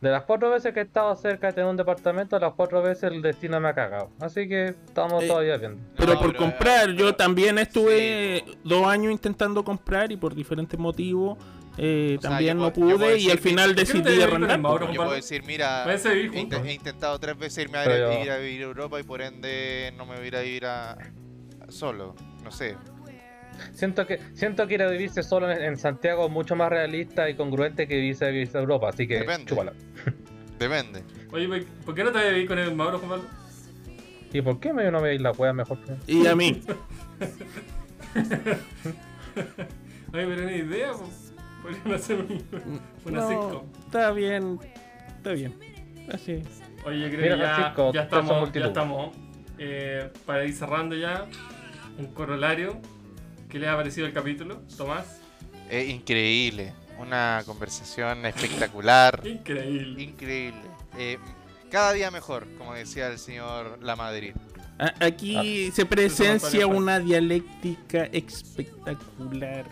De las cuatro veces que he estado cerca de tener un departamento, las cuatro veces el destino me ha cagado. Así que estamos Eh, todavía viendo. Pero No, por pero- comprar, yo también estuve dos años intentando comprar y por diferentes motivos eh, O sea, también yo no puedo- yo puedo pude y al decir- final ¿Por qué no te decidí ibas a ir con el arrendar. Mauro, Yo compadre? puedo decir, mira, Parece vivir he, juntos. he intentado tres veces irme a, Pero- ir a vivir a Europa y por ende no me voy a ir a vivir a, a- solo. No sé. Siento que siento que ir a vivirse solo en, en Santiago es mucho más realista y congruente que vivirse a vivirse a Europa. Así que Depende. chúpala. Depende. Oye, ¿por- ¿por qué no te vas a ir con el Mauro, Juan Pablo? ¿Y por qué medio no veis la cueva mejor que Y a mí. Oye, pero ni idea, pues. Podrían hacer un- una No, sitcom. está bien, está bien. Así. Oye, yo creo Mira, que ya, Francisco, ya peso estamos, multitud. ya estamos. Eh, para ir cerrando ya, un corolario. ¿Qué les ha parecido el capítulo, Tomás? Es increíble. Una conversación espectacular. Increíble. Increíble. Eh, cada día mejor, como decía el señor La Madrid. A- Aquí se presencia una dialéctica espectacular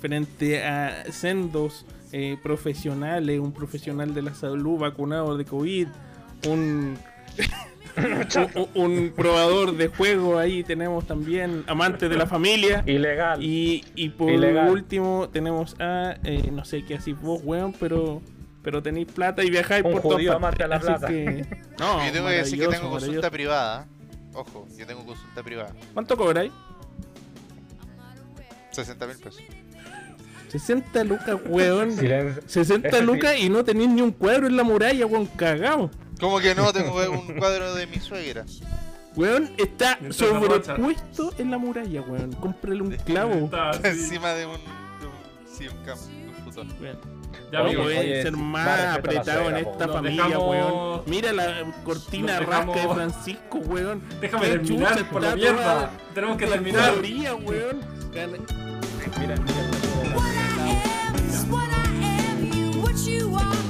frente a sendos eh, profesionales, un profesional de la salud vacunado de COVID, un, un, un probador de juego, ahí tenemos también amante de la familia. Ilegal. Y, y por Ilegal. último tenemos a, eh, no sé qué así vos, weón, pero... Pero tenéis plata y viajáis Un por judío todas amante a la partes, plata. que- no, yo tengo que decir que maravilloso, tengo maravilloso. consulta privada. Ojo, yo tengo consulta privada. ¿Cuánto cobráis? 60 mil pesos. 60 lucas, weón. Silencio. 60 lucas y no tenéis ni un cuadro en la muralla, weón, cagao. ¿Cómo que no? Tengo un cuadro de mi suegra. Weón está Mientras la sobrepuesto en la muralla, weón. Cómprale un clavo. Está así. Encima de un. De un sí, un campo. Un futón. Weón. Ya, eh, No Oye, amigos, pueden oye, ser sí, más para respetar a la apretado en suegra, po. esta Nos familia, dejamos- weón. Mira la cortina nos rasca de dejamos- Francisco, weón. Déjame Qué terminar chucha por la está mierda. toda Tenemos que de terminar. colorida, weón. Gana- Mira, mira, mira. What I am is what I am, you what you are,